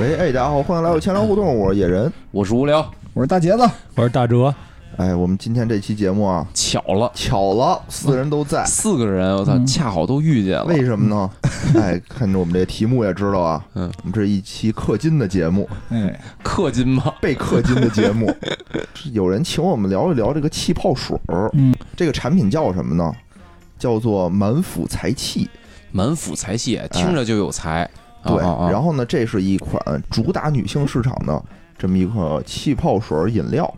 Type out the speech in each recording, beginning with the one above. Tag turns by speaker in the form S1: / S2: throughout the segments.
S1: 喂，哎，大家好，欢迎来到千聊互动，我是野人。
S2: 我是无聊，
S3: 我是大杰子，
S4: 我是大哲，
S1: 哎，我们今天这期节目啊，
S2: 巧了，
S1: 巧了，四人都在，
S2: 四个人，我操，
S3: 嗯
S2: 恰好都遇见了。
S1: 为什么呢？ 哎，看着我们这题目也知道啊，
S2: 嗯
S1: 我们这是一期氪金的节目，
S3: 哎，
S2: 氪金吗？
S1: 被氪金的节 目。是有人请我们聊一聊这个气泡水儿，
S3: 嗯，
S1: 这个产品叫什么呢？叫做满腹财气。
S2: 满腹才气，听着就有才。
S1: 对，
S2: 啊啊啊
S1: 然后呢，这是一款主打女性市场的这么一个气泡水儿饮料。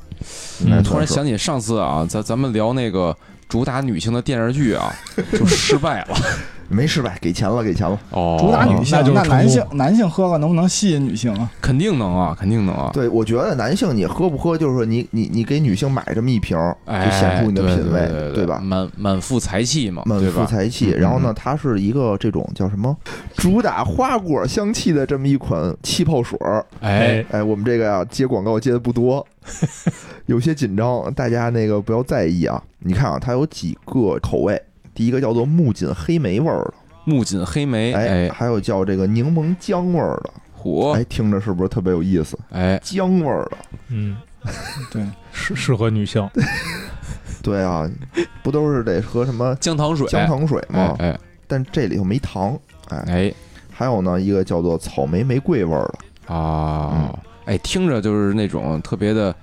S1: 应该
S4: 嗯
S2: 突然
S1: 算是
S2: 想起上次啊，咱咱们聊那个主打女性的电视 剧啊，就失败了。
S1: 没失败，给钱了，给钱了。
S2: 哦
S3: 主打女性，
S4: 那就是
S3: 那
S4: 成功
S3: 男性男性喝喝能不能吸引女性啊？
S2: 肯定能啊，肯定能啊。
S1: 对，我觉得男性你喝不喝，就是说你你你给女性买这么一瓶儿，
S2: 哎，
S1: 就显出你的
S2: 对
S1: 品味，
S2: 哎对对对
S1: 吧？
S2: 满满腹才气嘛，
S1: 满
S2: 对
S1: 腹
S2: 吧？
S1: 才气，
S2: 嗯
S1: 然后呢，
S2: 嗯
S1: 它是一个这种叫什么，主打花果香气的这么一款气泡水儿。
S2: 哎，
S1: 哎，我们这个呀、接广告接的不 多，有些紧张，大家那个不要在意啊。你看啊，它有几个口味，第一个叫做木槿黑莓味儿
S2: 木槿黑莓，
S1: 的，哎，
S2: 哎，哦
S1: 还有叫这个柠檬姜味儿的，
S2: 火
S1: 哎，，听着是不是特别有意思？
S2: 哎，
S1: 姜味儿的，
S4: 嗯，
S3: 对，
S4: 适适合女性，
S1: 对啊，不都是得喝什么
S2: 姜糖水，
S1: 姜糖水哦吗？
S2: 哎哎
S1: 但这里头没糖。哎，
S2: 哎
S1: 还有呢，一个叫做草莓玫瑰味儿的，
S2: 啊，哎，听着就是那种特别的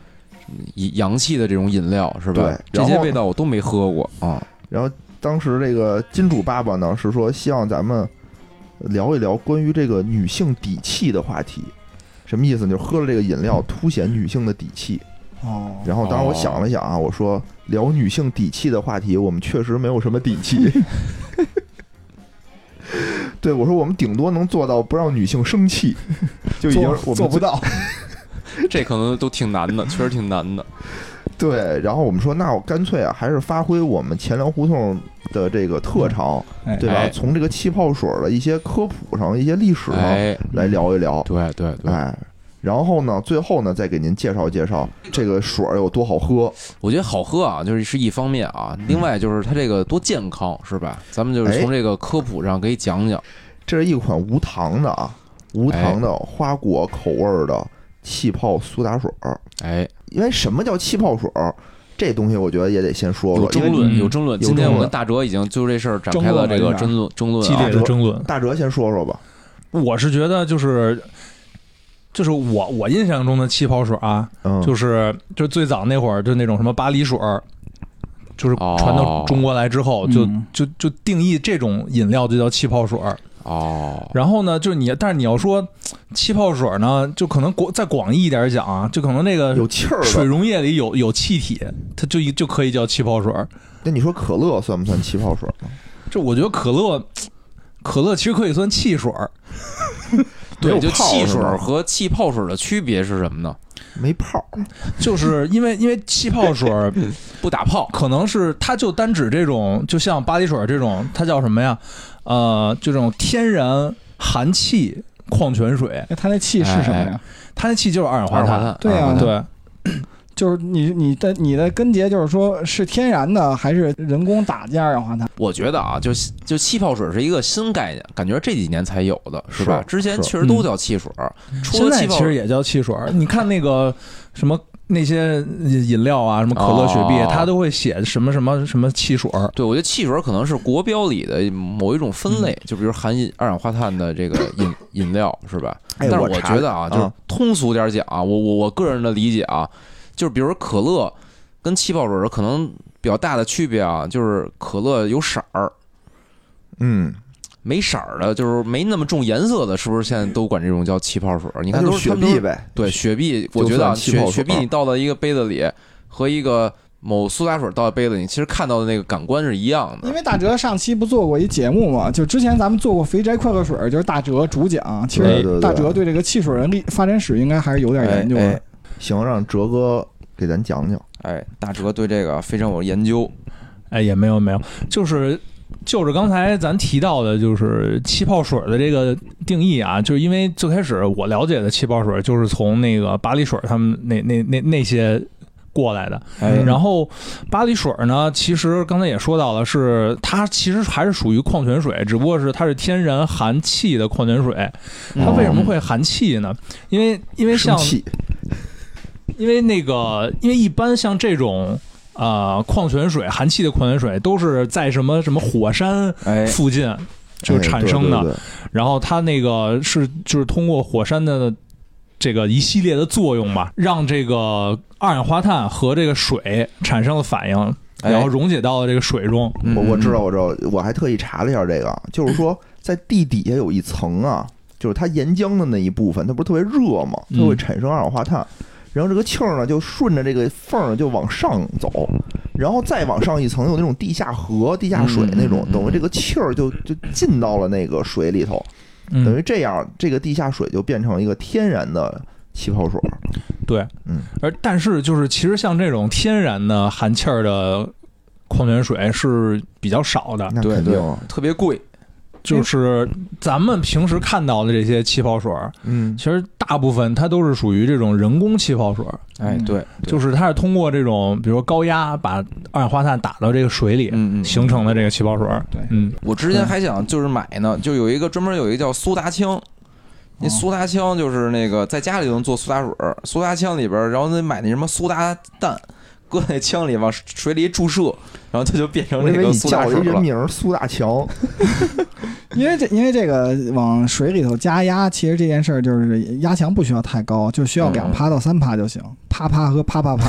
S2: 嗯洋气的这种饮料，是吧？
S1: 对
S2: 这
S1: 然
S2: 些
S1: 后
S2: 味道我都没喝过啊。
S1: 然后当时这个金主爸爸呢是说希望咱们聊一聊关于这个女性底气的话题，什么意思呢？就是喝了这个饮料凸显女性的底气。
S3: 哦，
S1: 然后当时我想了想啊，我说聊女性底气的话题，我们确实没有什么底气。 对，我说我们顶多能做到不让女性生气，就已经
S3: 做
S1: 我们
S3: 做
S1: 最
S3: 不到，
S2: 这可能都挺难 的，确实挺难的。
S1: 对，然后我们说，那我干脆啊，还是发挥我们钱粮胡同的这个特长，
S3: 哎
S1: 对吧
S2: 嗯哎？
S1: 从这个气泡水的一些科普上、一些历史上
S2: 哎，
S1: 来聊一聊，
S2: 对对对，
S1: 哎。然后呢，最后呢，再给您介绍介绍这个水儿有多好喝。
S2: 我觉得好喝啊，就是是一方面啊，另外就是它这个多健康，是吧？咱们就是
S1: 哎
S2: 从这个科普上给讲讲。
S1: 这是一款无糖的啊，无糖
S2: 哎
S1: 的花果口味儿的气泡苏打水儿。
S2: 哎，
S1: 因为什么叫气泡水儿？这东西我觉得也得先说说，
S2: 有
S1: 因
S2: 争
S1: 为
S2: 论，
S4: 嗯
S2: 有争论。
S1: 有
S2: 今天
S1: 争
S2: 我跟
S1: 论
S2: 大哲已经就这事儿展开了这个争论争论
S4: 激烈
S2: 啊。
S4: 的争论。
S1: 大哲先说说吧。
S4: 我是觉得就是。就是我我印象中的气泡水啊，
S1: 嗯，
S4: 就是就最早那会儿就那种什么巴黎水儿，就是
S2: 哦
S4: 传到中国来之后，就
S3: 嗯
S4: 就就定义这种饮料就叫气泡水儿。
S2: 哦，
S4: 然后呢，就是你，但是你要说气泡水儿呢，就可能广再广义一点讲啊，就可能那个
S1: 有气儿
S4: 水
S1: 的。
S4: 溶液里有有气体，它就一就可以叫气泡水儿。
S1: 那你说可乐算不算气泡水儿呢？
S4: 这我觉得可乐，可乐其实可以算汽水儿。
S1: 没
S2: 对，
S1: 有
S2: 就
S1: 泡
S2: 汽
S1: 是
S2: 水
S1: 吗
S2: 儿和气泡水儿的区别是什么呢？
S1: 没泡儿，
S4: 就是因为因为气泡水儿
S2: 不打泡，
S4: 可能是它就单指这种，就像巴黎水儿这种，它叫什么呀？呃，这种天然含气矿泉水，
S3: 哎，他那气是什么呀？
S4: 它那气就是二氧
S2: 二氧
S4: 化
S2: 化
S4: 碳。
S2: 碳。
S3: 对
S2: 二氧化
S3: 啊
S2: 碳
S4: 对，
S3: 就是你你的你的根结就是说是天然的还是人工打进二氧化碳？
S2: 我觉得啊，就就气泡水是一个新概念，感觉这几年才有的，是吧？
S1: 是
S2: 之前
S1: 是
S2: 确实都叫汽水，除
S4: 嗯现
S2: 了
S4: 在
S2: 气泡
S4: 其实
S2: 水，
S4: 也叫汽水儿。你看那个什么那些饮料啊，什么可乐、雪碧
S2: 哦，
S4: 它都会写什么什么什么汽水儿。
S2: 对我觉得汽水可能是国标里的某一种
S4: 嗯
S2: 分类，就比如含二氧化碳的这个 饮饮料，是吧？
S1: 哎
S2: 但是
S1: 我
S2: 我
S1: 查
S2: 觉得啊，就是
S1: 嗯
S2: 通俗点讲啊，我我我个人的理解啊，就是比如可乐跟气泡水儿可能比较大的区别啊，就是可乐有色儿。
S1: 嗯，
S2: 没色儿的，就是没那么重颜色的，是不是现在都管这种叫气泡水儿？你
S1: 你
S2: 看都
S1: 就是是雪
S2: 他们都
S1: 碧
S2: 是
S1: 呗，
S2: 对，雪碧，
S1: 就
S2: 我觉得啊
S1: 算气泡水
S2: 雪雪碧，你倒到一个杯子里和一个某苏打水倒在杯子里，其实看到的那个感官是一样
S3: 因
S2: 的。
S3: 为大哲上期不做过一节目嘛，就之前咱们做过肥宅快乐水，就是大哲主讲。其
S1: 对对
S3: 实
S1: 对
S3: 大哲对这个汽水的历发展史应该还是有点研究啊
S2: 哎
S3: 的
S2: 哎。
S1: 行，让哲哥给咱讲讲。
S2: 哎，大哲对这个非常有研究。
S4: 哎，也没有没有，就是就是刚才咱提到的，就是气泡水的这个定义啊，就是因为最开始我了解的气泡水就是从那个巴黎水他们那那那那些过来的。
S1: 嗯
S3: 哎
S4: 然后巴黎水儿呢，其实刚才也说到了是，它其实还是属于矿泉水，只不过是它是天然含气的矿泉水。
S2: 嗯
S4: 它为什么会含气呢？因为因为
S1: 啊哦生
S4: 像
S1: 气，
S4: 因为那个因为一般像这种。呃，矿泉水含气的矿泉水都是在什么什么火山
S2: 哎，
S4: 附近就
S1: 哎
S4: 产
S1: 对
S4: 生的，
S1: 对对
S4: 然后它那个是就是通过火山的这个一系列的作用吧，让这个二氧化碳和这个水产生了反应，
S2: 哎
S4: 然后溶解到了这个水中。
S2: 嗯
S1: 我我知道，，我知道，我还特意查了一下这个，就是说在地底下有一层啊，就是它岩浆的那一部分，它不是特别热吗？它会
S4: 嗯
S1: 产生二氧化碳，然后这个气儿呢就顺着这个缝儿就往上走，然后再往上一层有那种地下河、地下水那种
S2: 嗯嗯嗯，
S1: 等于这个气儿就就进到了那个水里头，等于
S4: 嗯，
S1: 这样这个地下水就变成一个天然的气泡水儿。
S4: 对，
S1: 嗯，
S4: 而但是就是其实像这种天然的含气儿的矿泉水是比较少的，
S1: 那
S2: 对
S1: 肯定啊，
S2: 嗯特别贵，
S4: 就是咱们平时看到的这些气泡水儿，
S1: 嗯
S4: 其实大部分它都是属于这种人工气泡水儿，
S2: 哎，
S3: 嗯
S2: 对，对
S4: 就是它是通过这种比如说高压把二氧化碳打到这个水里，
S2: 嗯嗯，
S4: 形成的这个气泡水儿。
S3: 对
S4: 嗯，
S2: 我之前还想就是买呢，就有一个专门有一个叫苏打枪，
S1: 哦
S2: 那苏打枪就是那个在家里都能做苏打水儿，苏打枪里边儿，然后你买那什么苏打蛋，搁那枪里往水里注射，然后它就变成
S1: 我以
S2: 那
S1: 为
S2: 个
S1: 你
S2: 苏打
S1: 叫
S2: 水
S1: 了一人
S2: 了。
S1: 名儿苏大 强，
S3: 因为这因为这个往水里头加压，其实这件事儿就是压强不需要太高，就需要
S2: 嗯
S3: 两趴到三趴就行，啪啪和啪啪啪。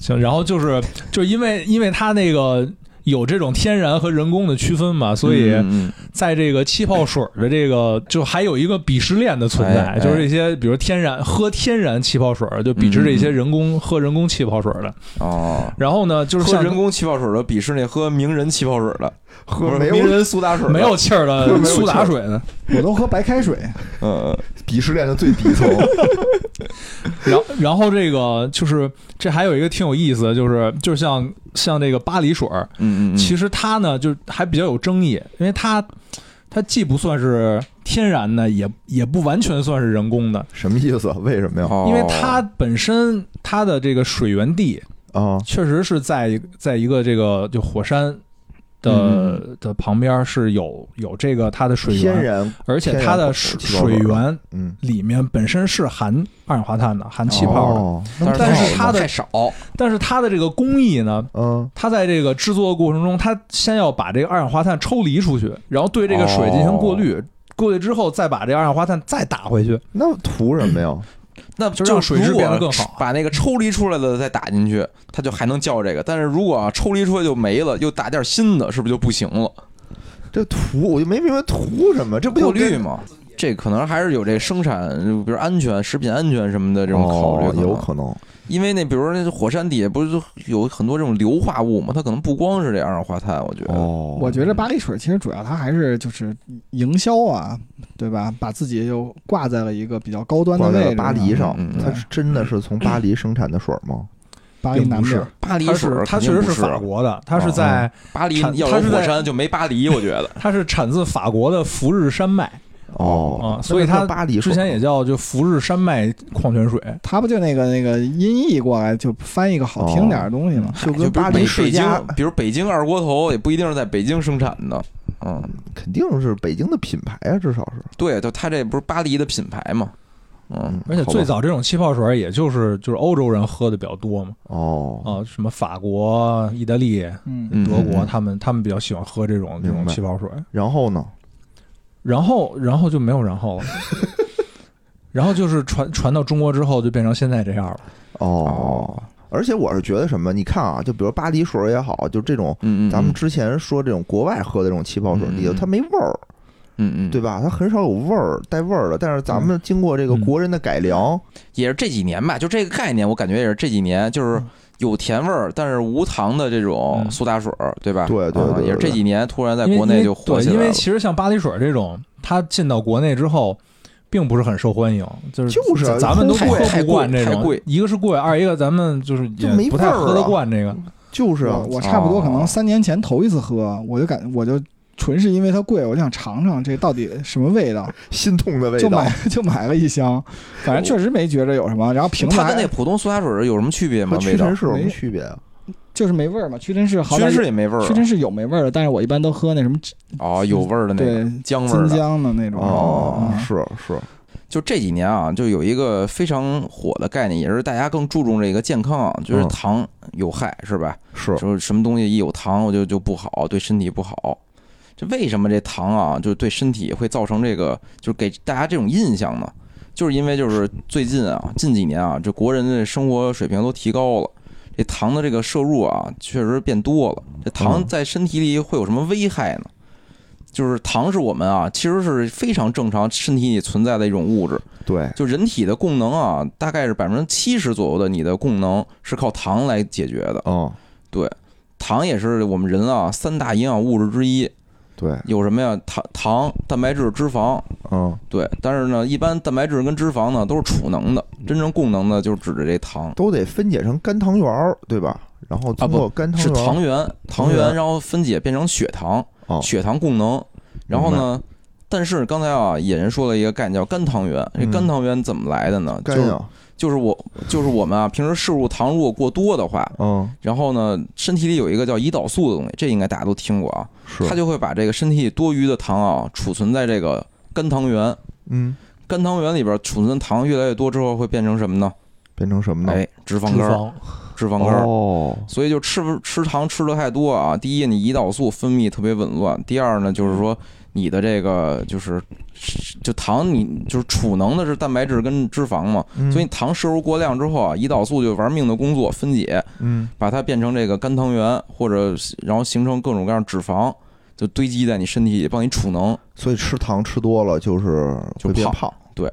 S4: 行。然后就是就是因为因为它那个有这种天然和人工的区分嘛，所以
S2: 嗯嗯
S4: 在这个气泡水儿的这个就还有一个鄙视链的存
S2: 哎
S4: 在，
S2: 哎
S4: 就是这些比如天然喝天然气泡水儿，就鄙视这
S2: 嗯
S4: 些人工喝人工气泡水儿的。
S2: 哦，
S4: 然后呢，就是
S2: 喝
S4: 像
S2: 人工气泡水的鄙视那喝名人气泡水的，
S1: 喝
S2: 不是
S1: 没有
S2: 名人苏打水的
S4: 没有，气儿
S1: 喝
S4: 的
S1: 没有
S4: 苏
S1: 气
S4: 打
S1: 儿
S4: 水的。
S3: 我都喝白开水，
S2: 嗯，
S1: 鄙视链的最 底层。
S4: 然后然后这个就是这还有一个挺有意思的，就是就像像这个巴黎水儿，
S2: 嗯嗯嗯，
S4: 其实它呢，就还比较有争议，因为它它既不算是天然的，也也不完全算是人工的，
S1: 什么意思？为什么呀？
S2: 哦
S4: 因为它本身它的这个水源地
S1: 啊，
S4: 确实是在一在一个这个就火山
S2: 嗯
S4: 的的旁边是有有这个它的水
S1: 天
S4: 源，
S1: 然，
S4: 而且它的水
S1: 天然火
S4: 水源
S1: 嗯，
S4: 里面本身是含二氧化碳的，含气泡的，
S1: 哦，
S2: 但
S4: 但
S2: 是
S4: 是它的
S2: 太少，
S4: 但是它的这个工艺呢，
S1: 嗯，
S4: 它在这个制作的过程中，它先要把这个二氧化碳抽离出去，然后对这个水进行过
S2: 哦
S4: 滤，过滤之后再把这个二氧化碳再打回去。
S1: 那图什 么呀？
S2: 那
S4: 就让水质
S2: 如果
S4: 变得更好啊
S2: 把那个抽离出来的再打进去，它就还能叫这个。但是如果啊抽离出来就没了，又打点新的，是不是就不行了？
S1: 这图我就没明白图什么，这不就
S2: 过滤
S1: 跟
S2: 嘛，这可能还是有这生产，比如安全、食品安全什么的这种考虑。
S1: 哦
S2: 能
S1: 有可能。
S2: 因为那比如那火山底下不是有很多这种硫化物嘛，它可能不光是这二氧化碳，我觉得。
S1: 哦，
S3: 我觉得巴黎水其实主要它还是就是营销啊，对吧？把自己又挂在了一个比较高端的
S1: 挂在
S3: 位
S1: 了
S3: 置，
S1: 巴黎上
S2: 嗯嗯，嗯
S1: 它是真的是从巴黎生产的水吗？
S2: 哎
S3: 巴黎南边
S4: 并不
S3: 儿
S4: 是。
S2: 巴黎
S4: 它
S2: 水
S4: 是它
S2: 肯
S4: 确
S2: 定不
S4: 实
S2: 是哦
S4: 法国的，它是在
S2: 巴黎
S4: 产
S2: 要
S4: 它
S2: 有
S4: 是
S2: 火
S4: 在
S2: 山就没巴黎，我觉得。
S4: 它是产自法国的福日山脉
S2: 嗯
S1: 哦，
S4: 啊，所以
S1: 那
S4: 它
S1: 叫巴黎水
S4: 之前也叫就福日山脉矿泉水。
S3: 他不就那个那个音译过来就翻译个好听点儿的东西吗？
S1: 就
S2: 就
S1: 跟
S2: 比如
S1: 巴
S2: 北
S1: 黎世
S2: 北
S1: 家
S2: 京，比如北京二锅头也不一定是在北京生产的，嗯，
S1: 肯定是北京的品牌啊，至少是。
S2: 对，就它这不是巴黎的品牌嘛，嗯，
S1: 嗯
S4: 而且
S1: 好吧
S4: 最早这种气泡水，也就是就是欧洲人喝的比较多嘛，
S1: 哦，
S4: 啊，什么法国、意大利、
S3: 嗯，
S2: 嗯
S4: 德国，
S2: 嗯
S4: 他们他们比较喜欢喝这种这种
S1: 明白
S4: 气泡水。
S1: 然后呢？
S4: 然后，然后就没有然后了。然后就是传传到中国之后，就变成现在这样了。
S1: 哦，而且我是觉得什么？你看啊，就比如巴黎水也好，就这种
S2: 嗯嗯，
S1: 咱们之前说这种国外喝的这种气泡水里头，
S2: 嗯嗯嗯
S1: 它没味儿，
S2: 嗯嗯，
S1: 对，吧？它很少有味儿带味儿的。但是咱们经过这个
S4: 嗯
S1: 国人的改良，
S2: 也是这几年吧，就这个概念，我感觉也是这几年，就是有甜味儿，但是无糖的这种
S4: 嗯
S2: 苏打水儿，对吧？
S1: 对对
S2: 嗯
S1: 对对
S2: 也是这几年突然在
S4: 因为
S2: 国内就
S4: 因
S2: 火
S4: 为
S2: 起
S4: 对，因
S2: 来
S4: 为
S2: 了。
S4: 其实像巴黎水这种，它进到国内之后，并不是很受欢迎，就是
S1: 就是啊
S4: 咱咱们都
S1: 太
S4: 喝
S2: 太
S4: 不惯
S2: 贵
S4: 这
S2: 太
S4: 种
S2: 贵。
S4: 一个是贵，二一个咱们就是
S1: 就
S4: 也
S1: 没
S4: 不太
S1: 味儿啊
S4: 喝得惯这个。
S3: 嗯
S1: 就是啊
S3: 我，我差不多可能三年前头一次喝，我就感我就纯是因为它贵，我就想尝尝这到底什么味道，
S1: 心痛的味
S3: 就
S1: 道
S3: 买。 就买了一 箱，反正确实没觉着有什么。然后瓶子
S2: 它跟
S3: 还
S2: 那普通苏打水有什么区别吗
S1: 和？
S2: 味
S1: 屈
S2: 道
S1: 臣？氏有什么
S3: 没
S1: 区别啊？
S3: 就是没味儿嘛，屈臣氏好
S2: 屈
S3: 歹
S2: 臣氏也没味儿
S3: 屈
S2: 啊
S3: 臣氏有没味儿的，但是我一般都喝那什么
S2: 哦，有味儿的那
S3: 对
S2: 个姜味
S3: 金
S2: 儿的。
S3: 江的那种。
S1: 哦，
S3: 嗯
S1: 是是，
S2: 就这几年啊，就有一个非常火的概念，也是大家更注重这个健康，啊就是
S1: 嗯
S2: 糖有害，是吧？
S1: 是
S2: 就是什么东西一有糖，我就就不好，对身体不好。这为什么这糖啊，就对身体会造成这个，就是给大家这种印象呢？就是因为就是最近啊，近几年啊，这国人的生活水平都提高了，这糖的这个摄入啊，确实变多了。这糖
S1: 嗯
S2: 在身体里会有什么危害呢？就是糖是我们啊，其实是非常正常身体里存在的一种物质，
S1: 对，
S2: 就人体的供能啊，大概是百分之七十左右的你的供能是靠糖来解决的。
S1: 嗯，
S2: 糖也是我们人啊三大营养物质之一，
S1: 对，
S2: 有什么呀？糖、糖、蛋白质、脂肪。
S1: 嗯，
S2: 对，但是呢，一般蛋白质跟脂肪呢都是储能的，
S1: 嗯
S2: 真正供能的就是指着这糖，
S1: 都得分解成甘糖原儿，对吧？然后通
S2: 不
S1: 过甘糖
S2: 是
S1: 原儿
S2: 糖原，嗯糖
S1: 糖
S2: 原
S1: 原
S2: 然后分解变成血糖，
S1: 哦
S2: 血糖供能。然后
S1: 明
S2: 呢，但是刚才啊野人说了一个概念叫甘糖原，这
S1: 嗯
S2: 甘糖原怎么来的呢？就
S1: 甘
S2: 是
S1: 呀，
S2: 就是我就是我们啊平时摄入糖如果过多的话，
S1: 嗯，
S2: 然后呢身体里有一个叫胰岛素的东西，这应该大家都听过啊。
S1: 是，
S2: 它就会把这个身体多余的糖啊储存在这个肝糖原，
S1: 嗯，
S2: 肝糖原里边储存的糖越来越多之后会变成什么呢？
S1: 变成什么呢？
S2: 哎，脂肪
S4: 脂
S2: 肝儿，
S4: 肪
S2: 脂肪肝儿。
S1: 哦，
S2: 所以就吃不吃糖吃的太多啊，第一你胰岛素分泌特别紊乱，第二呢就是说你的这个就是就糖你就是储能的是蛋白质跟脂肪嘛，
S1: 嗯
S2: 所以糖摄入过量之后啊，胰岛素就玩命的工作分解，
S1: 嗯，
S2: 把它变成这个肝糖原，或者然后形成各种各样的脂肪，就堆积在你身体里，帮你储能。
S1: 所以吃糖吃多了就是
S2: 就
S1: 会变
S2: 胖
S1: 胖，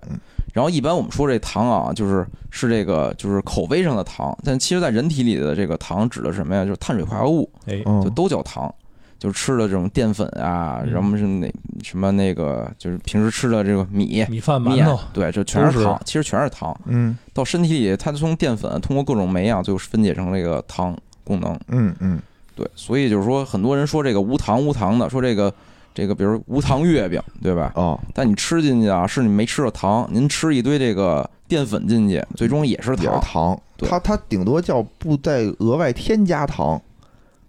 S2: 然后一般我们说这糖啊，就是是这个就是口味上的糖，但其实在人体里的这个糖指的是什么呀？就是碳水化合物，
S4: 哎，
S1: 嗯
S2: 就都叫糖。就是吃的这种淀粉啊，
S4: 嗯
S2: 什么是那什么那个，就是平时吃的这个米、
S4: 米饭、馒
S2: 哎面
S4: 头，，
S2: 对，这全
S4: 都
S2: 是
S4: 是
S2: 糖，其实全是糖。
S1: 嗯
S2: 到身体里，它从淀粉通过各种酶啊，最后分解成这个糖功能。
S1: 嗯嗯，
S2: 对，所以就是说，很多人说这个无糖无糖的，说这个这个，比如无糖月饼，对吧？
S1: 哦，
S2: 但你吃进去啊，是你没吃到糖，您吃一堆这个淀粉进去，最终也是
S1: 也是
S2: 糖。
S1: 糖，
S2: 对
S1: 它它顶多叫不再额外添加糖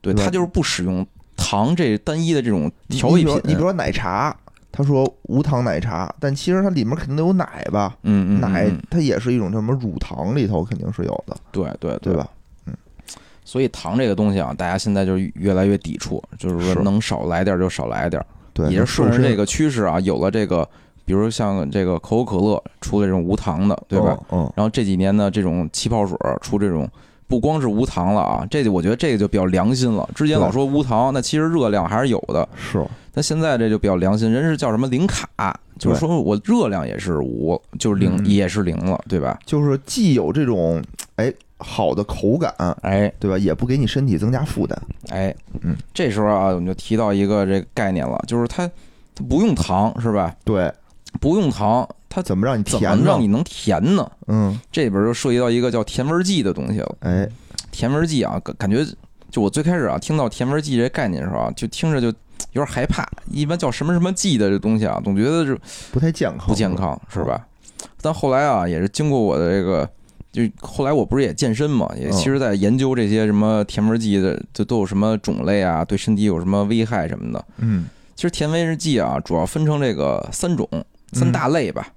S2: 对，
S1: 对吧
S2: 它就是不使用糖这单一的这种
S1: 你
S2: 调味
S1: 你比
S2: 品
S1: 如。你比如说奶茶，他说无糖奶茶，但其实它里面肯定有奶吧？
S2: 嗯嗯，
S1: 奶
S2: 嗯
S1: 它也是一种叫什么乳糖里头肯定是有的，
S2: 对对
S1: 对？吧？
S2: 所以糖这个东西啊，大家现在就越来越抵触，就是说
S1: 是
S2: 能少来点就少来点，
S1: 对，
S2: 也是顺着这
S1: 个
S2: 个趋势啊，有了这个，比如像这个可口可乐出了这种无糖的，对吧？？
S1: 嗯，
S2: 然后这几年呢，这种气泡水儿出这种不光是无糖了啊，这我觉得这个就比较良心了。之前
S1: 对
S2: 老说无糖，那其实热量还是有的，
S1: 是，
S2: 但现在这就比较良心，人是叫什么零卡，就是
S1: 对
S2: 说我热量也是无，就是零、
S1: 嗯
S2: 也是零了，对吧？
S1: 就是既有这种哎好的口感，
S2: 哎
S1: 对吧？也不给你身体增加负担。
S2: 哎，
S1: 嗯，
S2: 这时候啊，我们就提到一个这个概念了，就是它它不用糖是吧？
S1: 对，
S2: 不用糖，它
S1: 怎么让你
S2: 怎
S1: 甜
S2: 么
S1: 呢？
S2: 让你能甜呢？
S1: 嗯，
S2: 这里边就涉及到一个叫甜味儿剂的东西了。
S1: 哎，
S2: 甜味儿剂啊，感感觉就我最开始啊听到甜味儿剂这概念的时候啊，就听着就有点害怕。一般叫什么什么剂的这东西啊，总觉得是
S1: 不太健康，
S2: 不健。康，是吧？但后来啊，也是经过我的这个，就后来我不是也健身嘛，也
S1: 嗯
S2: 其实在研究这些什么甜味儿剂的，这都有什么种类啊，对身体有什么危害什么的。
S1: 嗯
S2: 其实甜味儿剂啊，主要分成这个三种
S1: 嗯
S2: 三大类吧。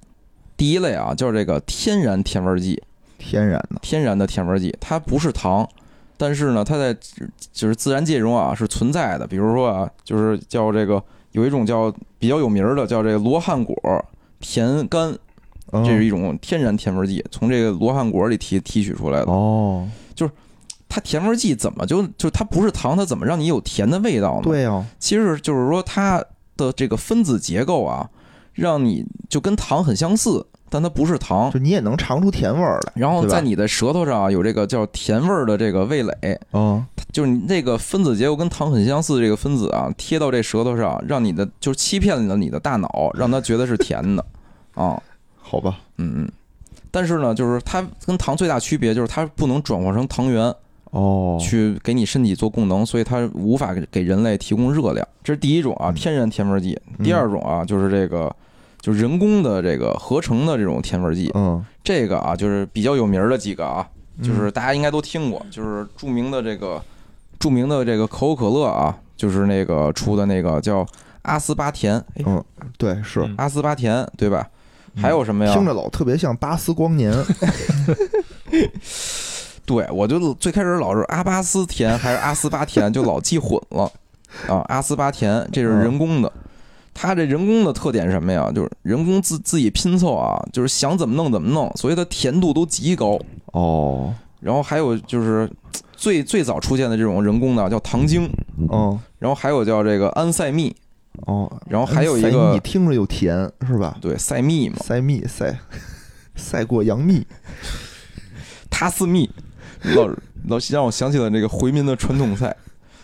S2: 第一类啊，叫这个天然甜味儿剂，
S1: 嗯天然的，
S2: 天然的甜味儿剂，它不是糖，但是呢，它在就是自然界中啊是存在的。比如说啊，就是叫这个有一种叫比较有名儿的叫这个罗汉果甜柑，
S1: 嗯
S2: 这是一种天然甜味儿剂，从这个罗汉果里提提取出来的。
S1: 哦，
S2: 它甜味儿剂怎么就就它不是糖，它怎么让你有甜的味道呢？，
S1: 对哦，
S2: 其实就是说它的这个分子结构啊，让你就跟糖很相似，但它不是糖
S1: 就。你也能尝出甜味儿来。
S2: 然后
S1: 对吧
S2: 在你的舌头上啊，有这个叫甜味儿的这个味蕾，
S1: 嗯，
S2: 就是你那个分子结构跟糖很相似，这个分子啊贴到这舌头上，让你的就是欺骗了你的大脑，让它觉得是甜的，啊，
S1: 好吧。
S2: 嗯嗯。但是呢，就是它跟糖最大区别就是它不能转化成糖原，
S1: 哦，
S2: 去给你身体做供能，所以它无法给给人类提供热量。这是第一种啊，
S1: 嗯
S2: 天然甜味剂。
S1: 嗯
S2: 第二种啊，就是这个就是人工的这个合成的这种甜味剂。
S1: 嗯，
S2: 这个啊，就是比较有名儿的几个啊，就是大家应该都听过，就是著名的这个著名的这个可口可乐啊，就是那个出的那个叫阿斯巴甜，哎
S1: 嗯对是，
S4: 嗯
S2: 阿斯巴甜对吧？啊还有什么呀？
S1: 听着老特别像巴斯光 年，
S2: 对我就最开始老是阿巴斯甜还是阿斯巴甜，就老记混了啊。阿斯巴甜这是人工的，它这人工的特点是什么呀？就是人工自自己拼凑啊，就是想怎么弄怎么弄，所以它甜度都极高。
S1: 哦，
S2: 然后还有就是最最早出现的这种人工的叫糖精，
S1: 嗯
S2: 然后还有叫这个安赛蜜，
S1: 哦，
S2: 然后还有一
S1: 你
S2: 个
S1: 听着又甜是吧？
S2: 对赛蜜嘛，
S1: 塞蜜塞赛过杨幂，
S2: 他斯蜜，老老让我想起了这个回民的传统菜。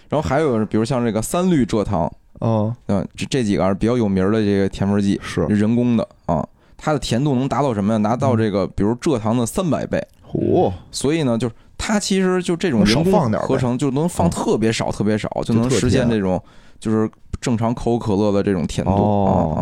S2: 然后还有比如像这个三氯蔗糖，
S1: 嗯
S2: 嗯，这这几个啊比较有名儿的这个甜味剂，
S1: 是，
S2: 人工的啊，它的甜度能达到什么呀？达到
S1: 嗯
S2: 这个比如蔗糖的三百倍。
S1: 嚯，
S2: 所以呢，就是它其实就这种
S1: 少
S2: 人
S1: 放
S2: 工
S1: 点儿呗嗯
S2: 合成就能放特别少，特别少，就能
S1: 特
S2: 实现
S1: 甜
S2: 这种就是正常可口可乐的这种甜度
S1: 哦
S2: 啊。啊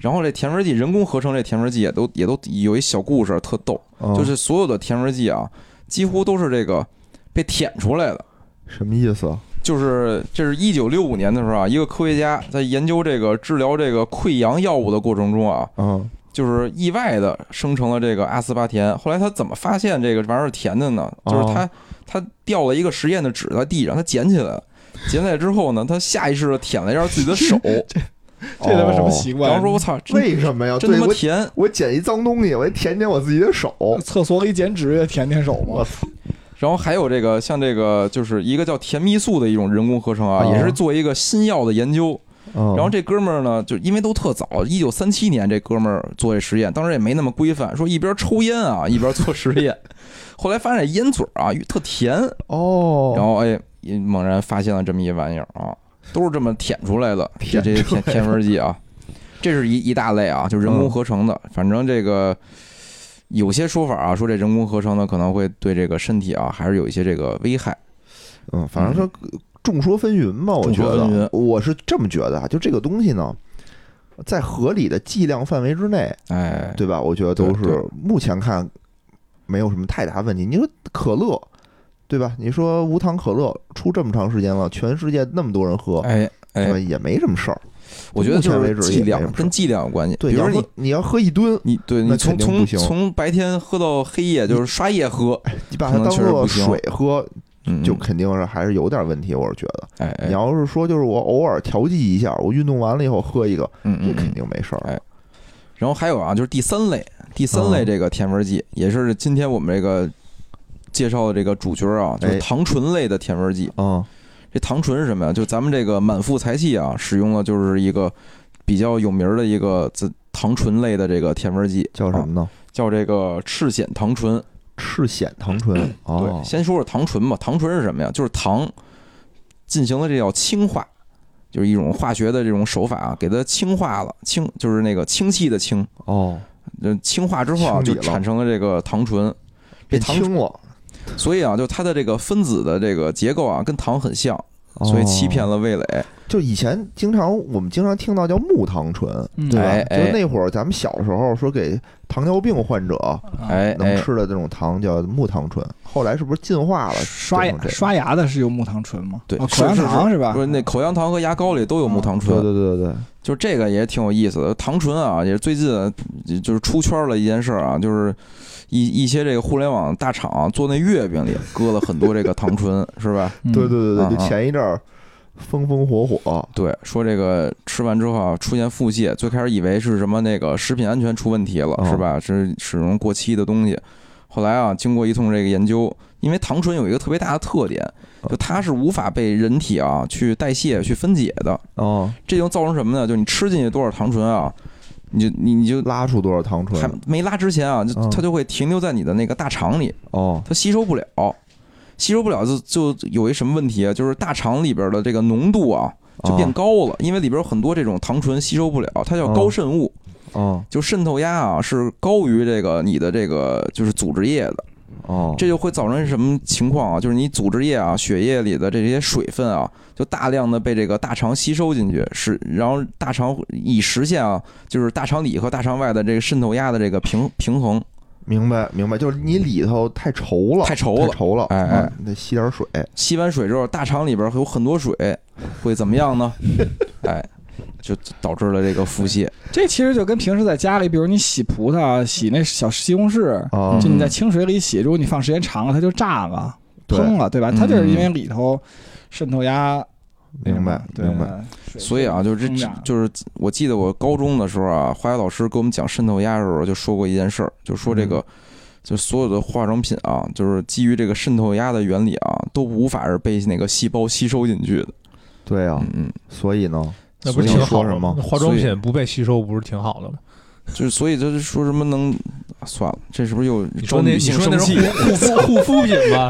S2: 然后这甜味剂人工合成这甜味剂也都也都有一小故事，特逗。
S1: 嗯
S2: 就是所有的甜味剂啊，几乎都是这个被舔出来的。
S1: 什么意思啊？
S2: 就是这是一九六五年的时候啊，一个科学家在研究这个治疗这个溃疡药物的过程中啊，
S1: 嗯
S2: 就是意外的生成了这个阿斯巴甜。后来他怎么发现这个玩意儿甜的呢？
S1: 哦
S2: 就是他、他掉了一个实验的纸在地上，他捡起来了，捡起来之后呢，他下意识的舔了一下自己 的手，
S3: 这他妈什么习惯？
S2: 然哦后说：“我操，真
S1: 为什么呀？
S2: 真
S1: 对
S2: 他妈
S1: 我
S2: 甜！”
S1: 我捡一脏东西，我得舔舔我自己的手，
S3: 厕所里剪纸也舔舔手
S1: 我
S3: 嘛。
S1: 操，
S2: 然后还有这个像这个就是一个叫甜蜜素的一种人工合成啊，
S1: 哦
S2: 也是做一个新药的研究。
S1: 然
S2: 嗯然后这哥们儿呢，就因为都特早，一九三七年这哥们儿做这实验，当时也没那么规范，说一边抽 烟啊一边做实验。后来发现烟嘴儿啊特甜，
S1: 哦，
S2: 然后哎也猛然发现了这么一玩意儿啊，都是这么舔出来的，这
S1: 舔
S2: 这些
S1: 出
S2: 甜
S1: 来的
S2: 甜味儿剂啊，这是一一大类啊，就人工合成的。
S1: 嗯
S2: 反正这个有些说法啊，说这人工合成的可能会对这个身体啊还是有一些这个危害。
S1: 嗯，反正说众说纷纭吧，我
S2: 众
S1: 觉
S2: 说纷
S1: 得
S2: 纭
S1: 我是这么觉得啊，就这个东西呢，在合理的剂量范围之内，
S2: 哎，
S1: 对吧？我觉得都
S2: 对
S1: 是目前看没有什么太大问题。你说可乐，对吧？你说无糖可乐出这么长时间了，全世界那么多人喝，
S2: 哎
S1: 对吧？
S2: 哎，
S1: 也没什么事儿。
S2: 我觉得就
S1: 目前为
S2: 是
S1: 止
S2: 剂
S1: 也没什
S2: 量
S1: 么事儿
S2: 跟剂量有关系。
S1: 对，
S2: 比如
S1: 你要
S2: 你
S1: 喝你要喝一吨，
S2: 你对
S1: 那
S2: 你从
S1: 肯定不
S2: 从
S1: 行
S2: 从白天喝到黑夜，就是刷夜喝，
S1: 你把它
S2: 可能
S1: 当
S2: 确实
S1: 做
S2: 不行
S1: 水喝，
S2: 嗯，
S1: 就肯定是还是有点问题。我是觉得，
S2: 哎哎，
S1: 你要是说就是我偶尔调剂一下，我运动完了以后喝一个，
S2: 嗯
S1: 这
S2: 嗯
S1: 肯
S2: 嗯。
S1: 定没事儿。
S2: 哎然后还有啊，就是第三类，第三类
S1: 嗯
S2: 这个甜味剂，也是今天我们这个介绍的这个主角啊，就是
S1: 哎
S2: 糖醇类的甜味剂。
S1: 嗯，
S2: 这糖醇是什么呀？就咱们这个满腹才气啊，使用的就是一个比较有名儿的一个自糖醇类的这个甜味剂，
S1: 叫什
S2: 啊
S1: 么呢？
S2: 叫这个赤藓糖醇。
S1: 赤藓糖醇哦
S2: 对，，先说说糖醇吧。糖醇是什么呀？就是糖进行了这叫氢化，就是一种化学的这种手法啊，给它氢化了，氢就是那个氢气的氢，
S1: 哦，
S2: 嗯，氢化之后啊，
S1: 清
S2: 就
S1: 理了
S2: 产生了这个糖醇。这
S1: 变
S2: 糖
S1: 轻了，
S2: 所以啊，就它的这个分子的这个结构啊，跟糖很像，
S1: 哦
S2: 所以欺骗
S1: 了。
S2: 了味蕾。
S1: 就以前经常我们经常听到叫木糖醇，
S3: 嗯
S1: 对吧？
S2: 哎哎
S1: 就那会儿咱们小时候说给糖尿病患者
S2: 哎
S1: 啊能
S2: 哎，
S1: 吃的这种糖叫木糖醇，后来是不是进化了？
S3: 刷
S1: 变
S3: 牙
S1: 成这个
S3: 刷牙的是用木糖醇吗？
S2: 对
S3: 哦
S2: 是
S3: 口香
S2: 是是
S3: 糖是吧
S2: 不？是那口香糖和牙膏里都有木糖
S1: 对
S2: 醇，
S1: 对对对，
S2: 就这个也挺有意思的。糖醇啊，也是最近就是出圈了一件事儿啊，就是一一些这个互联网大厂啊做那月饼里搁了很多这个糖醇，是吧？
S3: 嗯
S1: 对对对
S2: 嗯
S1: 对，
S2: 嗯
S1: 就前一阵儿风风火火，
S2: 对，说这个吃完之后啊出现腹泻，最开始以为是什么那个食品安全出问题了，
S1: 哦
S2: 是吧？是使用过期的东西。后来啊，经过一通这个研究，因为糖醇有一个特别大的特点，就它是无法被人体啊去代谢、去分解的，
S1: 哦，
S2: 这就造成什么呢？就你吃进去多少糖醇啊，你就你你就
S1: 拉出多少糖醇
S2: 还？没拉之前啊，就
S1: 嗯
S2: 它就会停留在你的那个大肠里，
S1: 哦，
S2: 它吸收不了，吸收不了就就有一什么问题啊？就是大肠里边的这个浓度啊
S1: 哦
S2: 就变高了，因为里边有很多这种糖醇吸收不了，它叫高渗物，
S1: 哦
S2: 啊就渗透压啊是高于这个你的这个就是组织液的，
S1: 哦哦，
S2: 这就会造成什么情况啊？就是你组织液啊、血液里的这些水分啊，就大量的被这个大肠吸收进去，是然后大肠以实现啊，就是大肠里和大肠外的这个渗透压的这个平平衡。
S1: 明白明白，就是你里头太稠了，
S2: 太
S1: 太
S2: 稠了
S1: 稠了，
S2: 哎哎
S1: 嗯，你得吸点水。
S2: 吸完水之后，大肠里边有很多 水，会怎么样 呢？哎，就导致了这个腹泻。
S3: 这其实就跟平时在家里，比如你洗葡萄、洗那小西红柿，
S2: 嗯
S1: 啊
S3: 就你在清水里洗，如果你放时间长了，它就炸了、
S1: 对
S3: 烹了，对吧？
S2: 嗯
S3: 它就是因为里头渗透压那什
S1: 明
S3: 么，
S1: 白
S3: 对
S1: 明白。，
S3: 水
S2: 所以啊，就是
S3: 冲
S2: 这
S3: 炸
S2: 就是我记得我高中的时候啊，化学老师给我们讲渗透压的时候就说过一件事儿，就说这个。就所有的化妆品啊，就是基于这个渗透压的原理啊，都无法是被那个细胞吸收进去的。
S1: 对啊
S2: 嗯，嗯，
S1: 所以呢，
S4: 那不是
S1: 所以
S4: 挺好
S1: 说
S4: 的
S1: 什
S4: 吗
S1: 么？
S4: 化妆
S2: 所以
S4: 品不被吸收不是挺好的吗？
S2: 就是所以就是说什么能、啊算了，这是不是又
S4: 你
S2: 招
S4: 说那
S2: 女
S4: 你
S2: 性
S4: 说那
S2: 生
S4: 是
S2: 气？
S4: 护护肤护肤品吧？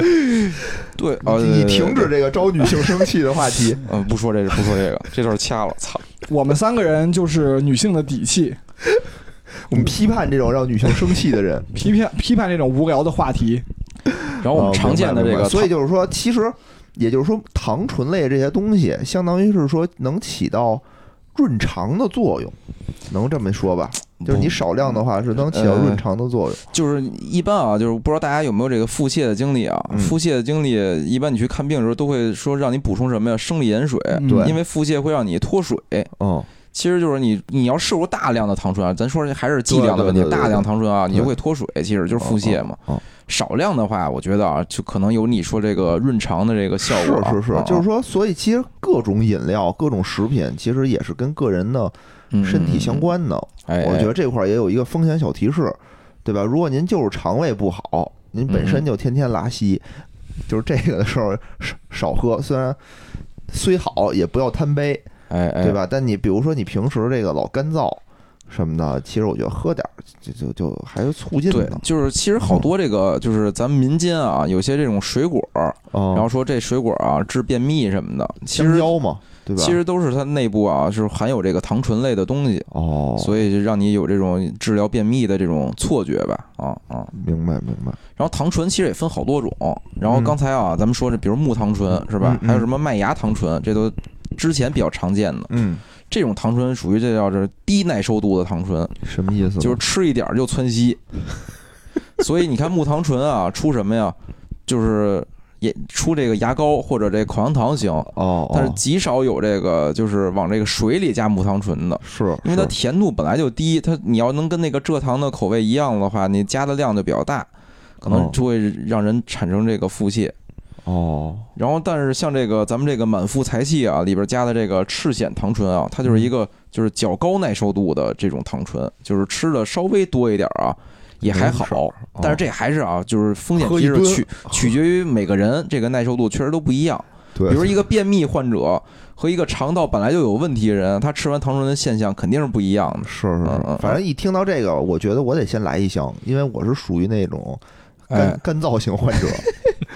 S2: 对啊，
S1: 你
S2: 对
S1: 停止，这个招女性生气的话题。
S2: 嗯，不说这个，不说这个，这段掐了，操！
S3: 我们三个人就是女性的底气，
S1: 我们批判这种让女性生气的人，
S3: 批判批判这种无聊的话题。
S2: 然后我们
S1: 哦
S2: 常见的这
S1: 明白明
S2: 个，
S1: 白所以就是说，其实也就是说，糖醇类这些东西，相当于是说能起到润肠的作用，能这么说吧？就是你少量的话是能起到
S2: 呃
S1: 润肠的作用。
S2: 就是一般啊，就是不知道大家有没有这个腹泻的经历啊？
S1: 嗯
S2: 腹泻的经历，一般你去看病的时候都会说让你补充什么呀？生理盐水，
S3: 嗯
S1: 对
S2: 因为腹泻会让你脱水。
S1: 嗯，
S2: 其实就是你你要摄入大量的糖醇啊，咱说还是剂量的问题，
S1: 对对对对对
S2: 大量糖醇啊，
S1: 对
S2: 你就会脱水，其实就是腹泻嘛。
S1: 哦。哦哦
S2: 少量的话，我觉得啊，就可能有你说这个润肠的这个效果啊、
S1: 是是是，就是说，所以其实各种饮料、各种食品，其实也是跟个人的
S2: 说
S1: 身体相。关的。
S2: 嗯哎，
S1: 我觉
S2: 哎
S1: 得这块儿也有一个风险小提示，对吧？如果您就是肠胃不好，您本
S2: 嗯
S1: 身就天天拉稀，就是这个的时候少少喝，虽然虽好也不要贪杯，
S2: 哎哎，
S1: 对吧？但你比如说你平时这个老干燥什么的，其实我觉得喝点儿就就就还是促进
S2: 对
S1: 的，，啊
S2: 就是其实好
S1: 嗯
S2: 多这个，就是咱们民间啊，有些这种水果，
S1: 然
S2: 然后说这水果啊治便秘什么的，其
S1: 哦香
S2: 实
S1: 蕉嘛，对吧？
S2: 其实都是它内部啊是含有这个糖醇类的东西，
S1: 哦，
S2: 所以就让你有这种治疗便秘的这种错觉吧，啊啊。
S1: 明白明白，
S2: 然后糖醇其实也分好多种，然后
S1: 嗯
S2: 刚才啊咱们说这比如木糖醇是吧
S1: 嗯，嗯
S2: 还有什么麦芽糖醇，这都之前比较常见的。
S1: 嗯，
S2: 这种糖醇属于这叫是低耐受度的糖醇，
S1: 什么意思呢？
S2: 就是吃一点儿就窜 稀。所以你看木糖醇啊出什么呀？就是也出这个牙膏或者这口香糖型，
S1: 哦，
S2: 但是
S1: 哦
S2: 极少有这个就是往这个水里加木糖醇的，
S1: 是
S2: 因为它
S1: 是
S2: 甜度本来就低，它你要能跟那个蔗糖的口味一样的话，你加的量就比较大，可能
S1: 哦
S2: 就会让人产生这个腹泻。
S1: 哦，
S2: 然后，但是像这个咱们这个满腹才气啊，里边加的这个赤藓糖醇啊，它就是
S1: 嗯
S2: 一个就是较高耐受度的这种糖醇，就是吃的稍微多一点啊，也还
S1: 没事
S2: 好。但是这还是啊，就是风险
S1: 哦喝
S2: 其
S1: 一
S2: 实
S1: 吨
S2: 取取决于每个人这个耐受度确实都不一样。
S1: 对，
S2: 比如一个便秘患者和一个肠道本来就有问题的人，他吃完糖醇的现象肯定是不一样的。
S1: 是是
S2: 嗯嗯
S1: 是，反正一听到这个，我觉得我得先来一箱，因为我是属于那种干
S2: 哎
S1: 干燥型 患者。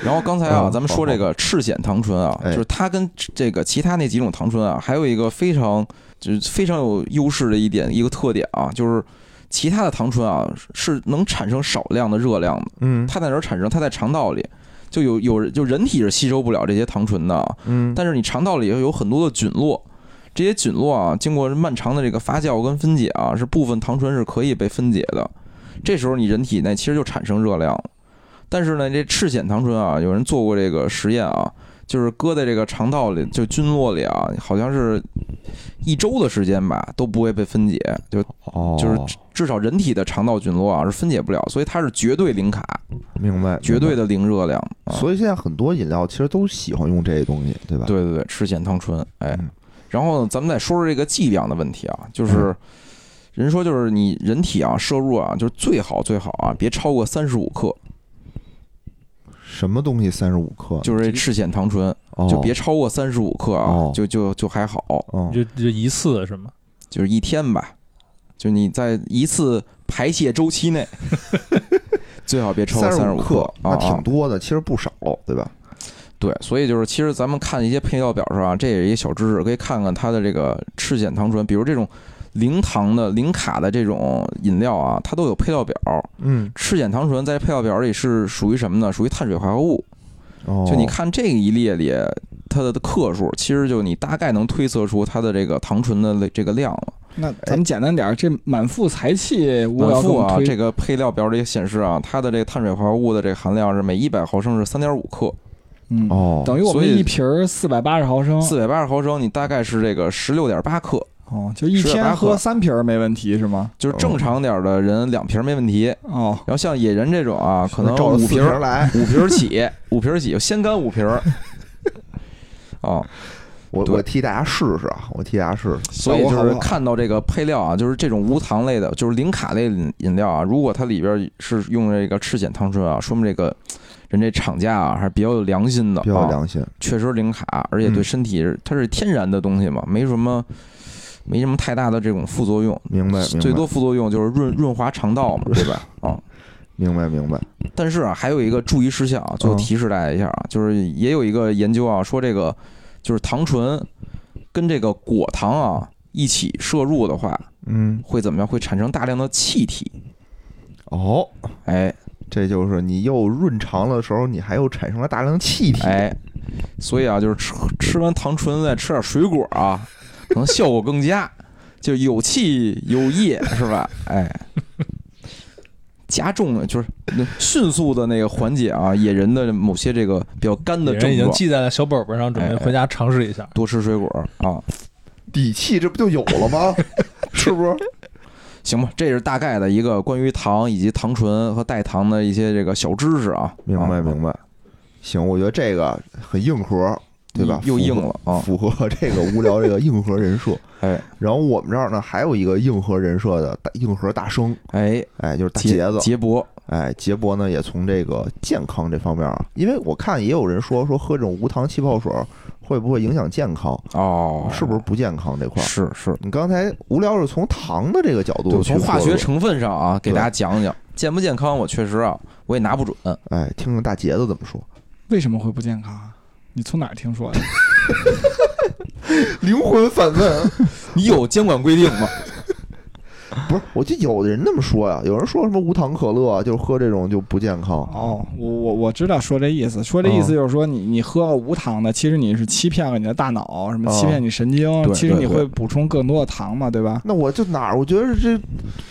S2: 然后刚才啊，
S1: 嗯
S2: 咱们说这个赤藓糖醇啊，
S1: 哎
S2: 就是它跟这个其他那几种糖醇啊，还有一个非常就是非常有优势的一点一个特点啊，就是其他的糖醇啊是能产生少量的热量的，
S1: 嗯
S2: 它在哪儿产生？它在肠道里。就有有就人体是吸收不了这些糖醇的啊，
S1: 嗯，
S2: 但是你肠道里又有很多的菌落，这些菌落啊，经过漫长的这个发酵跟分解啊，是部分糖醇是可以被分解的。这时候你人体内其实就产生热量了。但是呢，这赤藓糖醇啊，有人做过这个实验啊，就是搁在这个肠道里，就菌落里啊，好像是一周的时间吧，都不会被分解，就
S1: 哦
S2: 就是至少人体的肠道菌落啊是分解不了，所以它是绝对零卡，
S1: 明白，
S2: 绝对
S1: 的。
S2: 的零热量。啊、
S1: 所以现在很多饮料其实都喜欢用这些东西，对吧？
S2: 对对对，赤藓糖醇，哎
S1: 嗯，
S2: 然后咱们再说说这个剂量的问题啊，就是人说就是你人体啊摄入啊，就是最好最好
S1: 嗯
S2: 啊，别超过三十五克，
S1: 哦什么东西三十五克呢？
S2: 就是这赤藓糖醇
S1: 哦
S2: 就别超过三十五克啊
S1: 哦，
S2: 就就就还好，
S1: 哦
S4: 就就一次是吗？
S2: 就是一天吧，就你在一次排泄周 期内。最好别超过
S1: 三
S2: 三十
S1: 十
S2: 五克
S1: 克，，
S2: 啊
S1: 那挺
S2: 啊
S1: 多的，其实不少，对吧？
S2: 对，所以就是其实咱们看一些配料表上啊，这也是一小知识，可以看看它的这个赤藓糖醇，比如这种零糖的、零卡的这种饮料啊，它都有配料表。
S1: 嗯，
S2: 赤藓糖醇在配料表里是属于什么呢？属于碳水化合物。
S1: 哦，
S2: 就你看这一列里它的克数，其实就你大概能推测出它的这个糖醇的这个量了。
S3: 那咱们简单点儿，这满腹才气，我
S2: 哎满
S3: 要给
S2: 腹
S3: 我
S2: 啊，
S3: 推
S2: 这个配料表里显示啊，它的这个碳水化合物的这个含量是每一百毫升是三点五克，
S3: 嗯，
S1: 哦，
S3: 等于我
S2: 所
S3: 们
S2: 以
S3: 一瓶儿四百八十毫升，
S2: 四百八十毫升，你大概是这个十六点八克，
S3: 哦，就一天
S2: 480
S3: 喝三瓶儿没问题是吗？
S2: 就是
S1: 哦
S2: 正常点儿的人两瓶没问题。
S3: 哦，
S2: 然后像野人这种啊，可能
S1: 照着
S2: 五
S1: 四
S2: 瓶
S1: 瓶
S2: 儿
S1: 儿来，
S2: 五瓶儿起，五瓶儿起，先干 五瓶儿。哦，
S1: 我
S2: 对
S1: 我替大家试试啊，我替大家试试。
S2: 所以
S3: 效果
S2: 就
S3: 好不
S1: 啊
S2: 是
S3: 好
S2: 看到这个配料啊，就是这种无糖类的，就是零卡类饮饮料啊，如果它里边是用这个赤藓糖醇啊，说明这个人这厂家啊还是比较有良心的，
S1: 比较有
S2: 啊，
S1: 良心，
S2: 确实零卡，而且对
S1: 嗯
S2: 身体是它是天然的东西嘛，没什么没什么太大的这种副作用，
S1: 明白，
S2: 最
S1: 明白，
S2: 多副作用就是润润滑肠道嘛，对吧？ 啊、
S1: 明白，明白。
S2: 但是啊，还有一个注意事项啊，最
S1: 嗯
S2: 后提示大家一下啊，就是也有一个研究啊，说这个就是糖醇跟这个果糖啊一起摄入的话，
S1: 嗯，
S2: 会怎么样？会产生大量的气体。
S1: 哦，
S2: 哎
S1: 这就是你又润肠的时候，你还又产生了大量气体。
S2: 哎，所以啊，就是吃吃完糖醇再吃点水果啊， 可能效果更佳，就有气有液是吧？哎。加重了，就是迅速的那个缓解啊，野人的某些这个比较干的
S4: 野人
S2: 症
S4: 已经
S2: 状。哎
S4: 记在了小本本上，准备回家尝试一下。
S2: 多吃水果啊，
S1: 底气这不就有了 吗？是不是？
S2: 行吧，这是大概的一个关于糖以及糖醇和代糖的一些这个小知识啊。
S1: 明白，
S2: 啊
S1: 明白。行，我觉得这个很硬核，对吧？
S2: 又
S1: 符合
S2: 硬了啊！
S1: 符合这个无聊这个硬核人设。
S2: 哎
S1: 然后我们这儿呢还有一个硬核人设的大硬核大生，
S2: 哎，
S1: 哎，就是大
S2: 杰
S1: 杰子，
S2: 杰博，
S1: 哎，杰博呢也从这个健康这方面啊，因为我看也有人说说喝这种无糖气泡水儿会不会影响健康，
S2: 哦，
S1: 是不是不健康这块儿？
S2: 是是，
S1: 你刚才无聊是从糖的这个角
S2: 对，
S1: 度，
S2: 从化学，成分上啊，给
S1: 对
S2: 大家讲讲健不健康。我确实啊，我也拿不准。
S1: 哎，听听大杰子怎么说，
S3: 为什么会不健康啊？你从哪儿 听说的？
S1: 灵魂反问，啊
S2: 你有监管规定吗？
S1: 不是，我记得有的人那么说呀、有人说什么无糖可乐啊，就是喝这种就不健康，
S3: 哦，我我我知道说这意思，说这意
S2: 哦
S3: 思就是说你你喝个无糖的，其实你是欺骗了你的大脑，什么欺骗你神经，
S2: 哦对
S3: 其实你
S2: 对对
S3: 会补充更多的糖嘛，对吧？
S1: 那我就哪儿？我觉得这，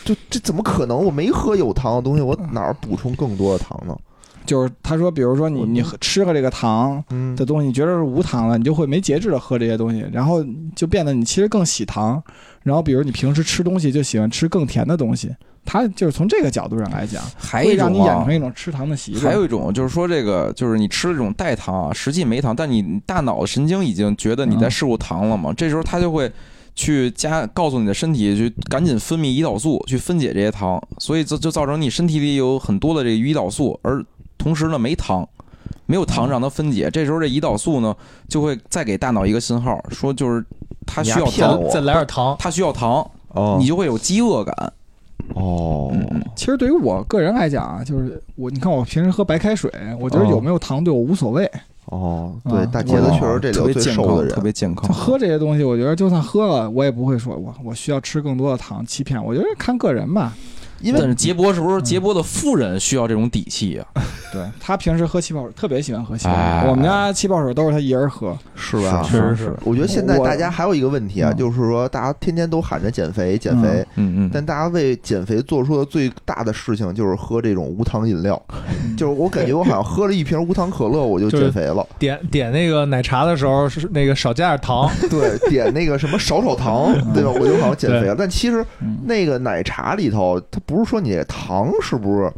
S1: 就这怎么可能？我没喝有糖的东西，我哪儿补充更多的糖呢？
S3: 就是他说，比如说你
S1: 我
S3: 你喝吃了这个糖
S1: 嗯
S3: 的东西，你觉得是无糖的，你就会没节制的喝这些东西，然后就变得你其实更喜糖，然后比如你平时吃东西就喜欢吃更甜的东西，他就是从这个角度上来讲，
S2: 还有
S3: 会
S2: 一
S3: 让你
S2: 种
S3: 养
S2: 啊
S3: 成，一种吃糖的习惯。
S2: 还有一种就是说这个，就是你吃了这种代糖啊，实际没糖，但你大脑神经已经觉得
S3: 嗯
S2: 你在摄入糖了嘛，这时候它就会去加告诉你的身体去赶紧分泌胰岛素去分解这些糖，所以这就造成你身体里有很多的这个胰岛素，而同时呢没糖。没有糖让它分解，这时候这胰岛素呢就会再给大脑一个信号，说就是它需要
S1: 你还骗
S2: 糖，
S1: 我
S4: 再来点糖，
S2: 它需要糖，
S1: 哦
S2: 你就会有饥饿感。
S1: 哦，
S2: 嗯，
S3: 其实对于我个人来讲啊，就是我，你看我平时喝白开水，我觉得
S1: 哦
S3: 有没有糖对我无所谓。
S1: 哦，
S3: 啊
S1: 对，大杰子确实这里
S2: 嗯特
S1: 头
S2: 别
S1: 最
S2: 健
S1: 瘦的
S2: 康，特
S1: 人，
S2: 别健康。
S3: 喝这些东西，我觉得就算喝了，我也不会说我我需要吃更多的糖欺骗。我觉得看个人吧。
S1: 因
S2: 但
S1: 为
S2: 是杰波是不是杰波的夫人需要这种底气啊？
S3: 对他平时喝气泡水，特别喜欢喝气泡
S2: 哎
S3: 水。我们家气泡水都是他一人喝。
S1: 是吧？
S4: 确实是。
S1: 我觉得现在
S3: 我
S1: 大家还有一个问题啊，
S3: 嗯
S1: 就是说大家天天都喊着减肥减肥，
S2: 嗯嗯，
S1: 但大家为减肥做出的最大的事情就是喝这种无糖饮料，
S3: 嗯
S1: 就是我感觉我好像喝了一瓶无糖可乐我就
S4: 就是
S1: 减肥 了，
S4: 点点那个奶茶的时候是那个少加点糖，
S1: 对，点那个什么少少糖，对吧？我就好像减肥了，但其实
S3: 嗯，
S1: 那个奶茶里头，它不是说你糖是不是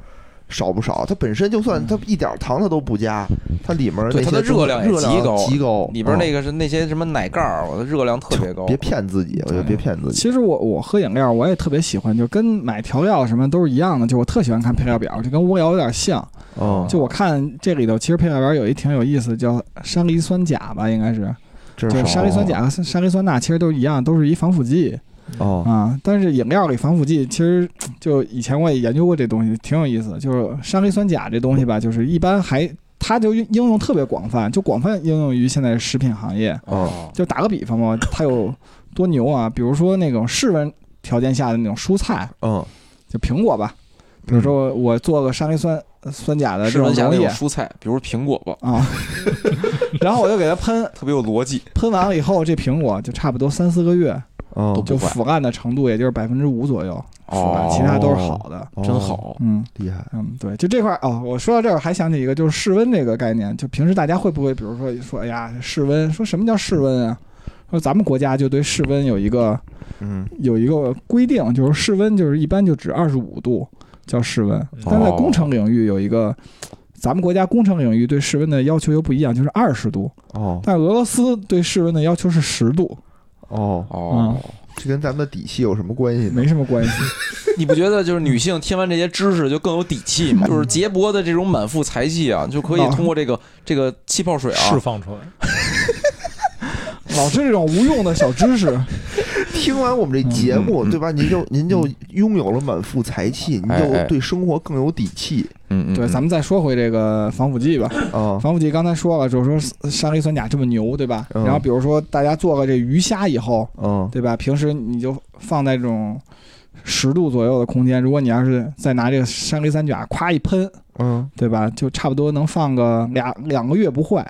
S1: 少不少，它本身就
S3: 嗯
S1: 算它一点儿糖它都不加，它里面
S2: 对
S1: 那些
S2: 它的热量也
S1: 热量
S2: 极高
S1: 极高，
S2: 里边那
S1: 个
S2: 个是那些什么奶盖儿，我的热量特别高。
S1: 别骗自己，我觉得别骗自己。
S3: 其实我我喝饮料，我也特别喜欢，就跟买调料什么都是一样的。就我特喜欢看配料表，就跟无聊有点像。
S1: 嗯，
S3: 就我看这里头，其实配料表有一挺有意思，叫山梨酸钾吧，应该是。
S1: 这
S3: 就是是
S1: 少
S3: 山梨酸钾和山梨酸钠其实都一样，都是一防腐剂
S1: 哦，
S3: 啊。但是饮料里防腐剂其实就以前我也研究过这东西，挺有意思的。就是山梨酸钾这东西吧，就是一般还它就应用特别广泛，就广泛应用于现在食品行业。
S2: 哦，
S3: 就打个比方嘛，它有多牛啊？比如说那种室温条件下的那种蔬菜，
S1: 嗯，
S3: 就苹果吧。比如说我做个山梨酸酸钾的这
S2: 是
S3: 种
S2: 文霞
S3: 溶
S2: 那
S3: 液
S2: 种蔬菜，比如苹果吧，
S3: 啊， 然后我就给它喷，
S2: 特别有逻辑，
S3: 喷完了以后，这苹果就差不多三四个月，
S1: 嗯，
S2: 都
S3: 就
S2: 不坏
S3: 腐烂的程度也就是百分之五左右，腐烂
S2: 哦
S3: 其他都是好的。
S1: 哦
S2: 真，好。
S3: 嗯
S1: 厉害，
S3: 嗯，对，就这块儿哦，我说到这儿还想起一个，就是室温这个概念。就平时大家会不会，比如说说，哎呀，室温，说什么叫室温啊？说咱们国家就对室温有一个
S1: 嗯，
S3: 有一个规定，就是室温就是一般就指二十五度叫室温，但在工程领域有一个，咱们国家工程领域对室温的要求又不一样，就是二十度，
S1: 哦
S3: 但俄罗斯对室温的要求是十度，
S1: 哦，
S2: 哦，
S1: 这跟咱们的底气有什么关系呢？
S3: 没什么关系。
S2: 你不觉得就是女性听完这些知识就更有底气吗？就是杰博的这种满腹才气啊，就可以通过这个这个气泡水
S4: 释
S2: 啊，
S4: 放出来。
S3: 老是这种无用的小知识，
S1: 听完我们这节目，对吧？您就您就拥有了满腹才气，您
S2: 嗯哎哎
S1: 就对生活更有底气
S2: 嗯嗯，
S3: 对，
S2: 嗯
S3: 咱们再说回这个防腐剂吧。
S1: 啊！
S3: 防腐剂刚才说了，就是说山梨酸钾这么牛，对吧？
S1: 嗯
S3: 然后比如说大家做了这鱼虾以后，
S1: 嗯
S3: 对吧？平时你就放在这种十度左右的空间，如果你要是再拿这个山梨酸钾夸一喷，
S1: 嗯
S3: 对吧？就差不多能放个俩两个月不坏。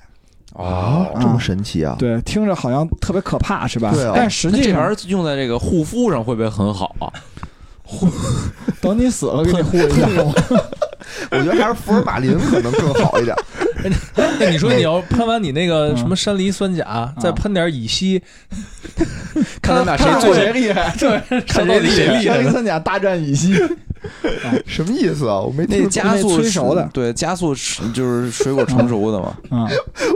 S1: 啊，
S2: 哦，
S1: 这么神奇啊！
S3: 对，听着好像特别可怕，是吧？
S1: 对啊
S3: 但实
S2: 那
S3: 际
S2: 这玩意
S3: 上，
S2: 儿用在这个护肤上会不会很好啊？
S3: 等你死了给你 护一下。
S1: 我觉得还是福尔马林可能更好一 点。
S4: 哎，你说你要喷完你那个
S3: 嗯
S4: 什么山梨酸钾，再喷点乙烯，
S2: 看咱们俩嗯谁
S3: 看
S2: 最
S3: 谁厉 害？
S4: 这
S2: 看
S4: 看
S2: 谁
S4: 谁
S2: 厉
S4: 厉
S2: 害
S4: 害。
S3: 山梨酸钾大战乙烯，
S1: 什么意思啊？我没
S2: 那
S1: 听，
S2: 加速
S3: 那催熟的
S2: 对，加速是就是水果成熟的嘛。
S3: 啊，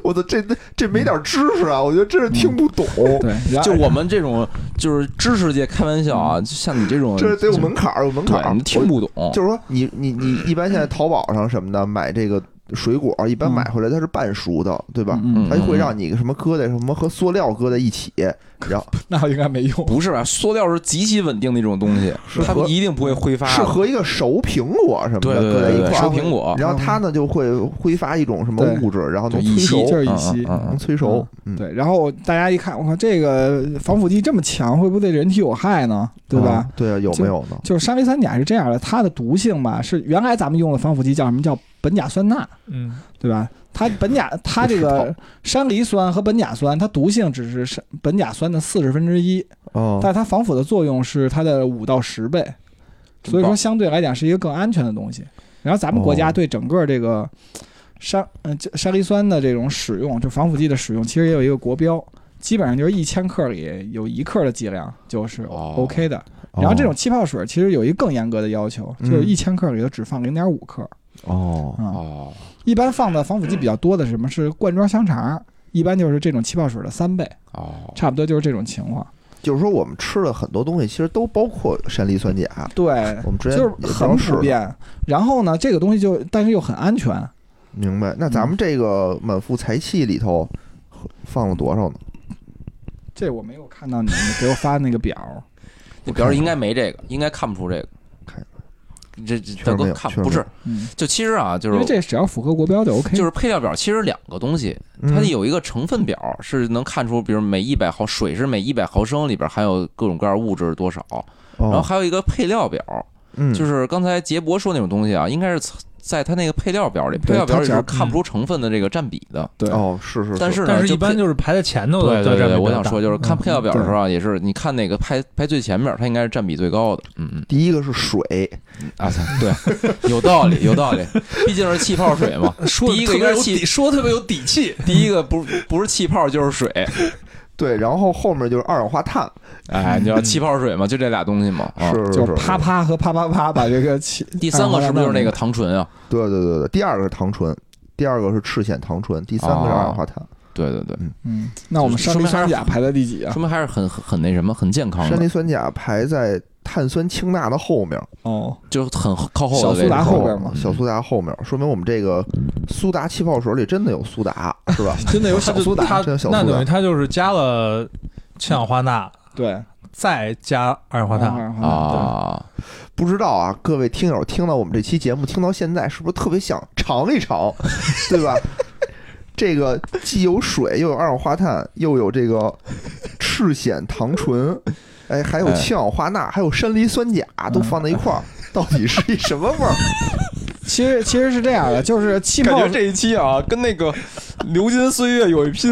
S1: 我的这这没点知识
S2: 嗯
S1: 啊！我觉得真是听不懂，
S3: 对，然后
S2: 就我们这种就是知识界开玩笑啊，就像你这种，
S1: 嗯这得有门槛儿，有门槛
S2: 对，
S1: 儿
S2: 你。听不懂，
S1: 就是说你，你你一般现在淘宝上什么的买这个水果，一般
S3: 嗯
S1: 买回来它是半熟的，对吧？
S3: 嗯
S1: 它
S2: 嗯
S1: 会让你什么搁在什么和塑料搁在一起，然后
S3: 那应该没用。
S2: 不是吧？啊塑料是极其稳定的一种东西，
S1: 是
S2: 它
S1: 和
S2: 一定不会挥发
S1: 是
S2: 的。
S1: 和一个熟苹果什么
S2: 对
S1: 的
S2: 对
S1: 搁在
S2: 对
S1: 一
S2: 对，
S1: 块
S2: 熟
S1: 儿，
S2: 苹果，
S1: 然后它呢就会挥发一种什么
S3: 对
S1: 物质，然后能
S2: 乙
S1: 催
S2: 烯
S1: 熟
S3: 就，是乙烯
S2: 嗯嗯嗯
S1: 能催熟。嗯，
S3: 对，然后大家一看，我靠，这个防腐剂这么强，会不会对人体有害呢？对吧？
S1: 啊？对啊，有没有呢？
S3: 就是山梨酸钾是这样的，它的毒性吧，是原来咱们用的防腐剂叫什么叫苯甲酸钠，
S4: 嗯，
S3: 对吧？它苯甲，它这个山梨酸和苯甲酸，它毒性只是山苯甲酸的四十分之一，
S1: 哦
S3: 但，是它防腐的作用是它的五到十倍，
S2: 真棒
S3: 所以说相对来讲是一个更安全的东西。然后咱们国
S1: 哦
S3: 家对整个这个山嗯、这山梨酸的这种使用，就防腐剂的使用，其实也有一个国标，基本上就是一千克里有一克的剂量就是
S2: 哦
S3: OK 的。然后这种气泡水其实有一个更严格的要求，
S1: 嗯
S3: 就是一千克里头只放零点五克
S1: 哦
S3: 啊、
S2: 哦，
S3: 一般放的防腐剂比较多的是什么是罐装香肠，一般就是这种气泡水的三倍，
S2: 哦，
S3: 差不多就是这种情况。
S1: 就是说我们吃了很多东西，其实都包括山梨酸钾。啊
S3: 对，
S1: 我们之前
S3: 就是
S1: 也
S3: 很
S1: 尝试
S3: 普
S1: 了
S3: 遍。然后呢，这个东西就但是又很安全，
S1: 明白。那咱们这个满腹才气里头放了多少呢？
S3: 这我没有看到你们给我发那个表儿。
S2: 那表示应该没这个，应该看不出这个
S1: 看。
S2: 这这
S1: 确实
S2: 大
S1: 没
S2: 哥
S1: 有
S2: 看
S1: 确实
S2: 不
S1: 没有
S2: 是，
S3: 嗯，
S2: 就其实啊，就
S3: 因为
S2: 是
S3: 这只要符合国标就 OK。
S2: 就是配料表，其实两个东西，它得
S1: 嗯
S2: 有一个成分表，是能看出，比如每一百毫水是每一百毫升里边含有各种各样物质是多少，然后
S1: 哦，
S2: 还有一个配料表，
S1: 嗯，
S2: 就是是刚才杰博说那种东西啊，应该是在它那个配料表里，配
S3: 对
S2: 料表里
S3: 它只
S2: 是
S3: 要
S2: 看不出成分的这个占比的。
S3: 对，
S1: 哦，是是，
S2: 但是呢，啊
S4: 但是
S2: 就
S4: 一般
S2: 配
S4: 就是排在前头
S2: 对
S4: 的，
S2: 对对
S4: 占比
S2: 对，
S4: 比
S2: 我
S4: 较
S2: 想
S4: 大
S2: 说就是看配料表的时候啊，也是你看哪个排排最前面，它应该是占比最高的。嗯嗯
S1: 第一个是水，
S2: 啊，对，有道理有道理，毕竟是气泡水嘛。
S4: 嗯说
S2: 第一个
S4: 特
S2: 应
S4: 别
S2: 该
S4: 有
S2: 是气
S4: 底，说特别有底气。
S2: 第一个不不是气泡就是水，
S1: 对，然后后面就是二氧化碳，
S2: 哎，你知道气泡水嘛，就这俩东西嘛。啊
S1: 是，是，
S3: 就是啪啪和啪啪啪把这个气。
S2: 第三个是不是就是那个糖醇啊？
S1: 对对对对，第二个是糖醇，第二个是赤藓糖醇，第三个是
S2: 哦
S1: 二氧化碳。
S3: 啊
S2: 对对对，
S3: 嗯，那我们山梨酸钾排在第几啊
S2: 说？明还是很很很那什么，很健康
S1: 山
S2: 的，
S1: 梨酸钾排在碳酸氢钠的后面，
S3: 哦，
S2: 就是很靠后的
S3: 小苏
S2: 位置
S3: 打后边嘛
S1: 小苏打后面，说明我们这个苏打气泡水里真的有苏打，是 吧？
S4: 真的有小苏打，
S1: 它
S4: 它
S1: 真有小苏打
S4: 那等于它就是加了氢氧化钠，
S3: 对，嗯
S4: 再加二
S2: 嗯
S4: 氧化
S3: 二
S2: 哦
S4: 碳。
S3: 氧化碳
S2: 啊。
S1: 不知道啊，各位听友听到我们这期节目听到现在，是不是特别想尝一 尝，对吧？这个既有水，又有二氧化碳，又有这个赤藓糖醇，哎，还有
S2: 哎嗯
S1: 氢氧化钠，还有山梨酸钾都放在一块儿，到底是一什么味儿？
S3: 其实其实是这样的，就是气
S2: 感
S3: 泡
S2: 觉，这一期啊，跟那个《流金岁月》有一拼，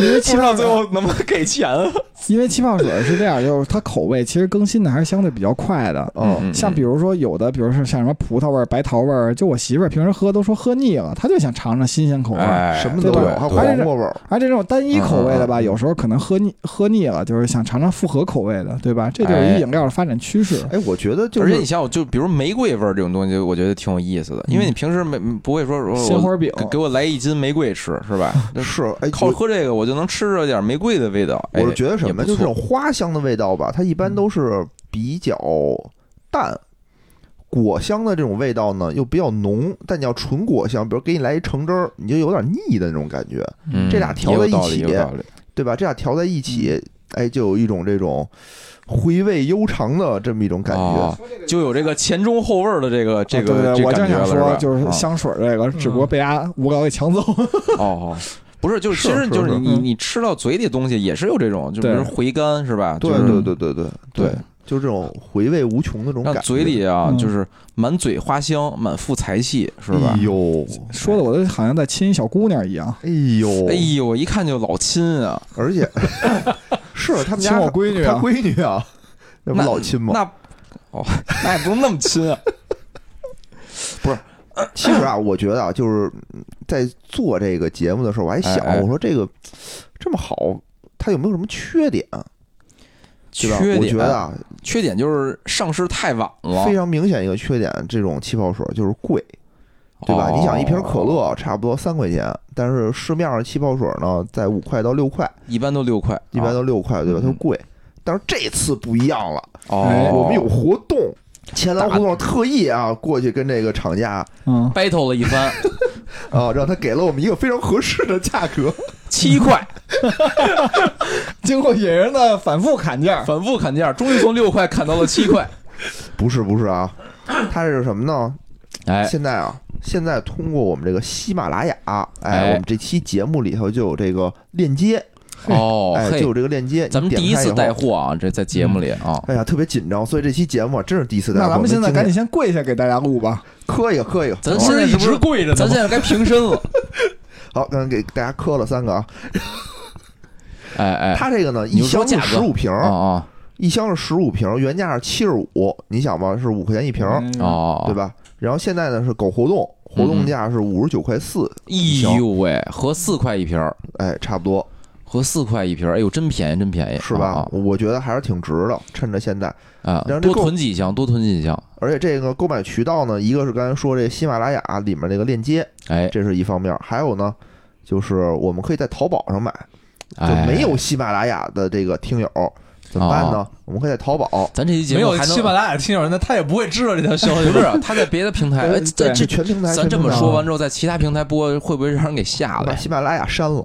S3: 因为
S2: 不
S3: 气
S2: 知
S3: 泡
S1: 啊
S2: 道最后能不能给钱。
S3: 哦因为气泡水是这样，就是它口味其实更新的还是相对比较快的。
S1: 哦，
S2: 嗯
S3: 像比如说有的，比如说像什么葡萄味儿、白桃味儿，就我媳妇儿平时喝都说喝腻了，她就想尝尝新鲜口味儿。
S2: 哎，
S1: 什么都
S3: 对
S1: 有，还有
S3: 对
S1: 黄瓜味儿。
S3: 而且这种单一口味的
S2: 嗯
S3: 吧，
S2: 嗯嗯
S3: 有时候可能喝腻喝腻了，就是想尝尝复合口味的，对吧？这就是一饮料的发展趋势。
S1: 哎，我觉得就
S2: 而且你
S1: 是
S2: 像我，就比如玫瑰味儿这种东西，我觉得挺有意思
S1: 嗯
S2: 的，因为你平时没不会说我
S3: 鲜花饼
S2: 给给我来一斤玫瑰吃，是吧？
S1: 是哎，
S2: 靠
S1: 我
S2: 喝这个，我就能吃着点玫瑰的味道。哎
S1: 我是觉得什么呢，就
S2: 也不
S1: 是这
S2: 错
S1: 种
S2: 嗯
S1: 花香的味道吧，它一般都是比较淡。果香的这种味道呢，又比较浓，但你要纯果香，比如给你来一橙汁儿，你就有点腻的那种感觉，
S2: 嗯
S1: 这俩调在一起
S2: 也有道理，
S1: 对吧？这俩调在一起，
S2: 嗯
S1: 哎，就有一种这种回味悠长的这么一种感觉
S2: 哦。就有这个前中后味儿的这个这
S3: 啊
S2: 个
S3: 对对
S2: 这
S3: 对，我
S2: 感
S3: 正
S2: 觉
S3: 想
S2: 了，
S3: 说，就是
S2: 吧
S3: 是
S2: 啊
S3: 香水这个，只不过被家无聊给抢走。
S2: 哦，哦不是，就是
S1: 是
S2: 其实就是
S1: 是
S2: 你你
S3: 嗯
S2: 你吃到嘴里的东西也是有这种，就比如
S3: 对
S2: 回甘是吧？
S1: 对
S2: 就是
S1: 对对对对
S2: 对，
S1: 就这种回味无穷的这种感
S2: 让
S1: 觉。哎
S2: 嘴里啊
S3: 嗯
S2: 就是满嘴花香，满腹才气是吧
S1: 哎？呦，
S3: 说的我都好像在亲一小姑娘一样，
S1: 哎呦，
S2: 哎呦，一看就老亲啊，
S1: 而且 是他们
S3: 亲
S1: 家
S3: 我闺女
S1: 他
S3: 啊。
S1: 闺女 啊，那不
S2: 那
S1: 老亲吗？
S2: 那哦，那也不能那么 亲啊。
S1: 其实啊，我觉得啊，就是嗯在做这个节目的时候，我还想，
S2: 哎哎
S1: 我说这个这么好，它有没有什么缺点？对吧？
S2: 缺
S1: 我觉得
S2: 点，
S1: 啊，
S2: 缺点就是上市太晚了
S1: 非，常明显一个缺点，这种气泡水就是贵，对吧？
S2: 哦
S1: 你想一瓶可，乐差不多三块钱，但是市面上的气泡水呢，在五块到六块，
S2: 一般都六块，
S1: 一般
S2: 啊
S1: 都六块，对吧？它
S2: 嗯
S1: 贵。但是这次不一样了，
S2: 哦，
S1: 哎我们有活动。前来活动特意啊过去跟这个厂家
S3: 嗯，
S2: battle 了一番，
S1: 啊，让他给了我们一个非常合适的价格。
S2: 七块，
S3: 经过野人的反复砍价，
S2: 反复砍价，终于从六块砍到了七 块，
S1: 不是不是啊，它是什么呢？
S2: 哎，
S1: 现在啊，现在通过我们这个喜马拉雅，哎，
S2: 哎
S1: 我们这期节目里头就有这个链接，
S2: 哦，
S1: 哎，
S2: 嘿
S1: 就有这个链接。
S2: 咱们
S1: 你点
S2: 第一
S1: 开以
S2: 次
S1: 后
S2: 带，货啊，这在节目里啊，
S1: 哎呀，特别紧张，所以这期节目啊真是第一次带货。
S3: 那咱们现在
S1: 今天
S3: 赶紧先跪下给大家录吧。
S1: 磕一个磕一个，
S2: 咱
S1: 好
S2: 现在一
S4: 是不
S2: 直
S4: 是跪着呢
S2: 咱现在该平身了，
S1: 好，咱给大家磕了三个啊。
S2: 哎哎，
S1: 它这个呢，
S2: 你
S1: 一
S2: 就说
S1: 箱是
S2: 价格
S1: 十五瓶，
S2: 啊啊
S1: 一箱是十五瓶，原价是七十五，你想吧，是五块钱一瓶，啊
S3: 嗯
S2: 哦，
S1: 对？
S2: 嗯
S1: 吧？然后现在呢是搞活动，活动价是五十九块四，
S2: 哎呦喂，合四块一瓶儿，
S1: 哎，差不多
S2: 合四块一瓶儿，哎呦，真便宜，真便宜，
S1: 是吧？
S2: 啊
S1: 我觉得还是挺值的，趁着现在。
S2: 啊，
S1: 然后这
S2: 啊多
S1: 购
S2: 囤几箱，多囤几箱，
S1: 而且这个购买渠道呢，一个是刚才说这喜马拉雅里面那个链接，
S2: 哎，
S1: 这是一方面，还有呢，就是我们可以在淘宝上买，就
S2: 哎
S1: 没有喜马拉雅的这个听友怎么办
S2: 哦
S1: 呢？我们可以在淘宝。
S2: 咱这期节
S4: 没
S2: 目
S4: 有
S2: 还能
S4: 喜马拉雅听友，那他也不会知道这条消息。
S2: 不是他在别的平台，哎，这
S1: 呃这
S2: 这
S1: 全平台，
S2: 咱
S1: 全
S2: 这
S1: 平台啊
S2: 么说完之后，在其他平台播会不会让人给吓
S1: 把
S2: 了？
S1: 喜马拉雅删了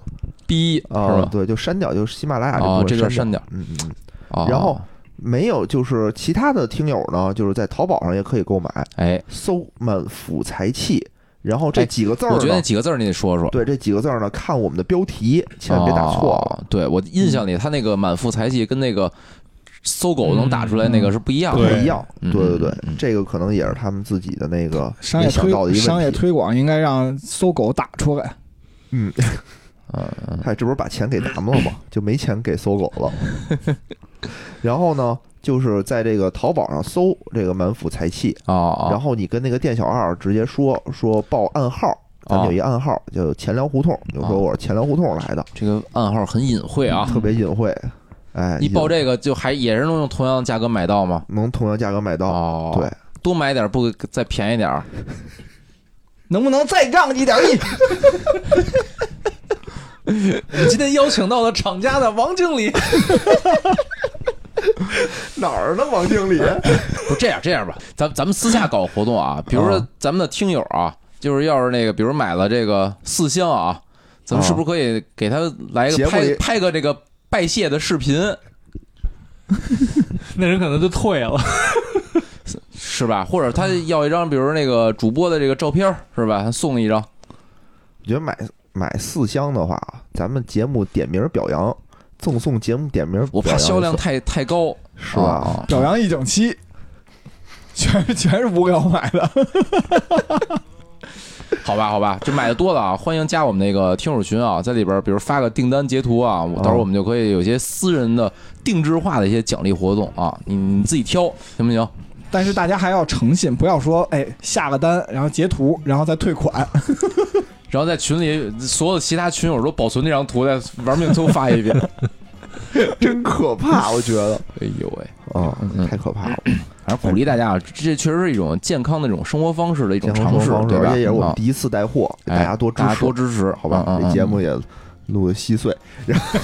S2: 逼是
S1: 啊，
S2: 吧？
S1: 对，就删掉，就是喜马拉雅
S2: 哦
S1: 部，
S2: 这
S1: 分
S2: 段
S1: 删
S2: 删掉。
S1: 嗯嗯嗯，
S2: 哦
S1: 然后没有，就是其他的听友呢，就是在淘宝上也可以购买，
S2: 哎，
S1: 搜“满腹财气”，然后这
S2: 哎
S1: 几个字儿
S2: 我觉得那
S1: 呢，
S2: 几个字儿你得说说，
S1: 对这几个字儿呢，看我们的标题，千万别打错啊了。
S2: 哦对我印象里，他那个满腹才气跟那个搜狗能打出来那个是不一样
S1: 不
S2: 的。
S4: 对
S1: 太一样，嗯
S2: 嗯
S1: 对对对
S2: 嗯嗯，
S1: 这个可能也是他们自己的那个
S3: 商
S1: 没
S3: 业
S1: 想到的
S3: 推
S1: 一个
S3: 商业
S1: 问题。
S3: 推广应该让搜狗打出来。
S1: 嗯，
S2: 嗯，
S1: 哎，这不是把钱给咱们了吗？就没钱给搜狗了。然后呢，就是在这个淘宝上搜这个满腹财气，
S2: 哦哦，
S1: 然后你跟那个店小二直接说说报暗号，咱
S2: 啊
S1: 们有一暗号叫钱粮胡同，就说我是钱粮胡同来的，
S2: 这个暗号很隐晦啊，
S1: 特别嗯隐晦。哎，
S2: 你报
S1: 隐
S2: 这个就还也是能用同样的价格买到吗？
S1: 能同样价格买到，
S2: 哦，
S1: 对，，
S2: 多买点儿不再便宜点儿？
S3: 能不能再让一点一？
S4: 我们今天邀请到了厂家的王经理，
S1: 哪儿呢，王经理？
S2: 不这样这样吧， 咱咱们私下搞活动 啊，比如说
S1: 啊
S2: 咱们的听友啊，就是要是那个，比如买了这个四箱啊，咱们是不是可以给他来一
S1: 哦节
S2: 个
S1: 目
S2: 拍
S1: 里
S2: 拍个这个拜谢的视频，
S4: 那人可能就退了。
S2: 是吧？或者他要一张，比如那个主播的这个照片，是吧？他送一张，
S1: 啊我觉得买买四箱的话，咱们节目点名表扬，赠送节目点名，
S2: 我怕销量太太高，
S1: 是吧？
S2: 啊
S3: 表扬一整期，全是全是吴哥买的，
S2: 好吧，好吧，就买的多了啊，欢迎加我们那个听友群啊，在里边儿比如发个订单截图啊，我到时候我们就可以有一些私人的定制化的一些奖励活动啊，你你自己挑行不行？
S3: 但是大家还要诚信，不要说哎下了单然后截图然后再退款，
S2: 然后在群里所有其他群友都保存那张图，再玩命都发一遍。
S1: 真可怕，我觉得
S2: 哎呦 喂，
S1: 啊
S2: 嗯，
S1: 太可怕了。
S2: 反正鼓励大家啊，这确实是一种健康的一种生活方式的一种
S1: 健康
S2: 嗯尝试
S1: 方，式，
S2: 对
S1: 而
S2: 吧？
S1: 且也是我们
S2: 啊
S1: 第一次带货，给大
S2: 哎
S1: 家多支
S2: 大家
S1: 持
S2: 多，支嗯持，好
S1: 好吧？这节
S2: 目
S1: 目也录的稀碎。然 后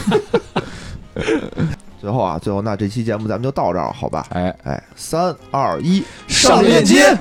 S1: 最后啊，最后那这期节目咱们就到这儿，好吧？
S2: 哎。
S1: 哎，三二一，
S3: 上链接。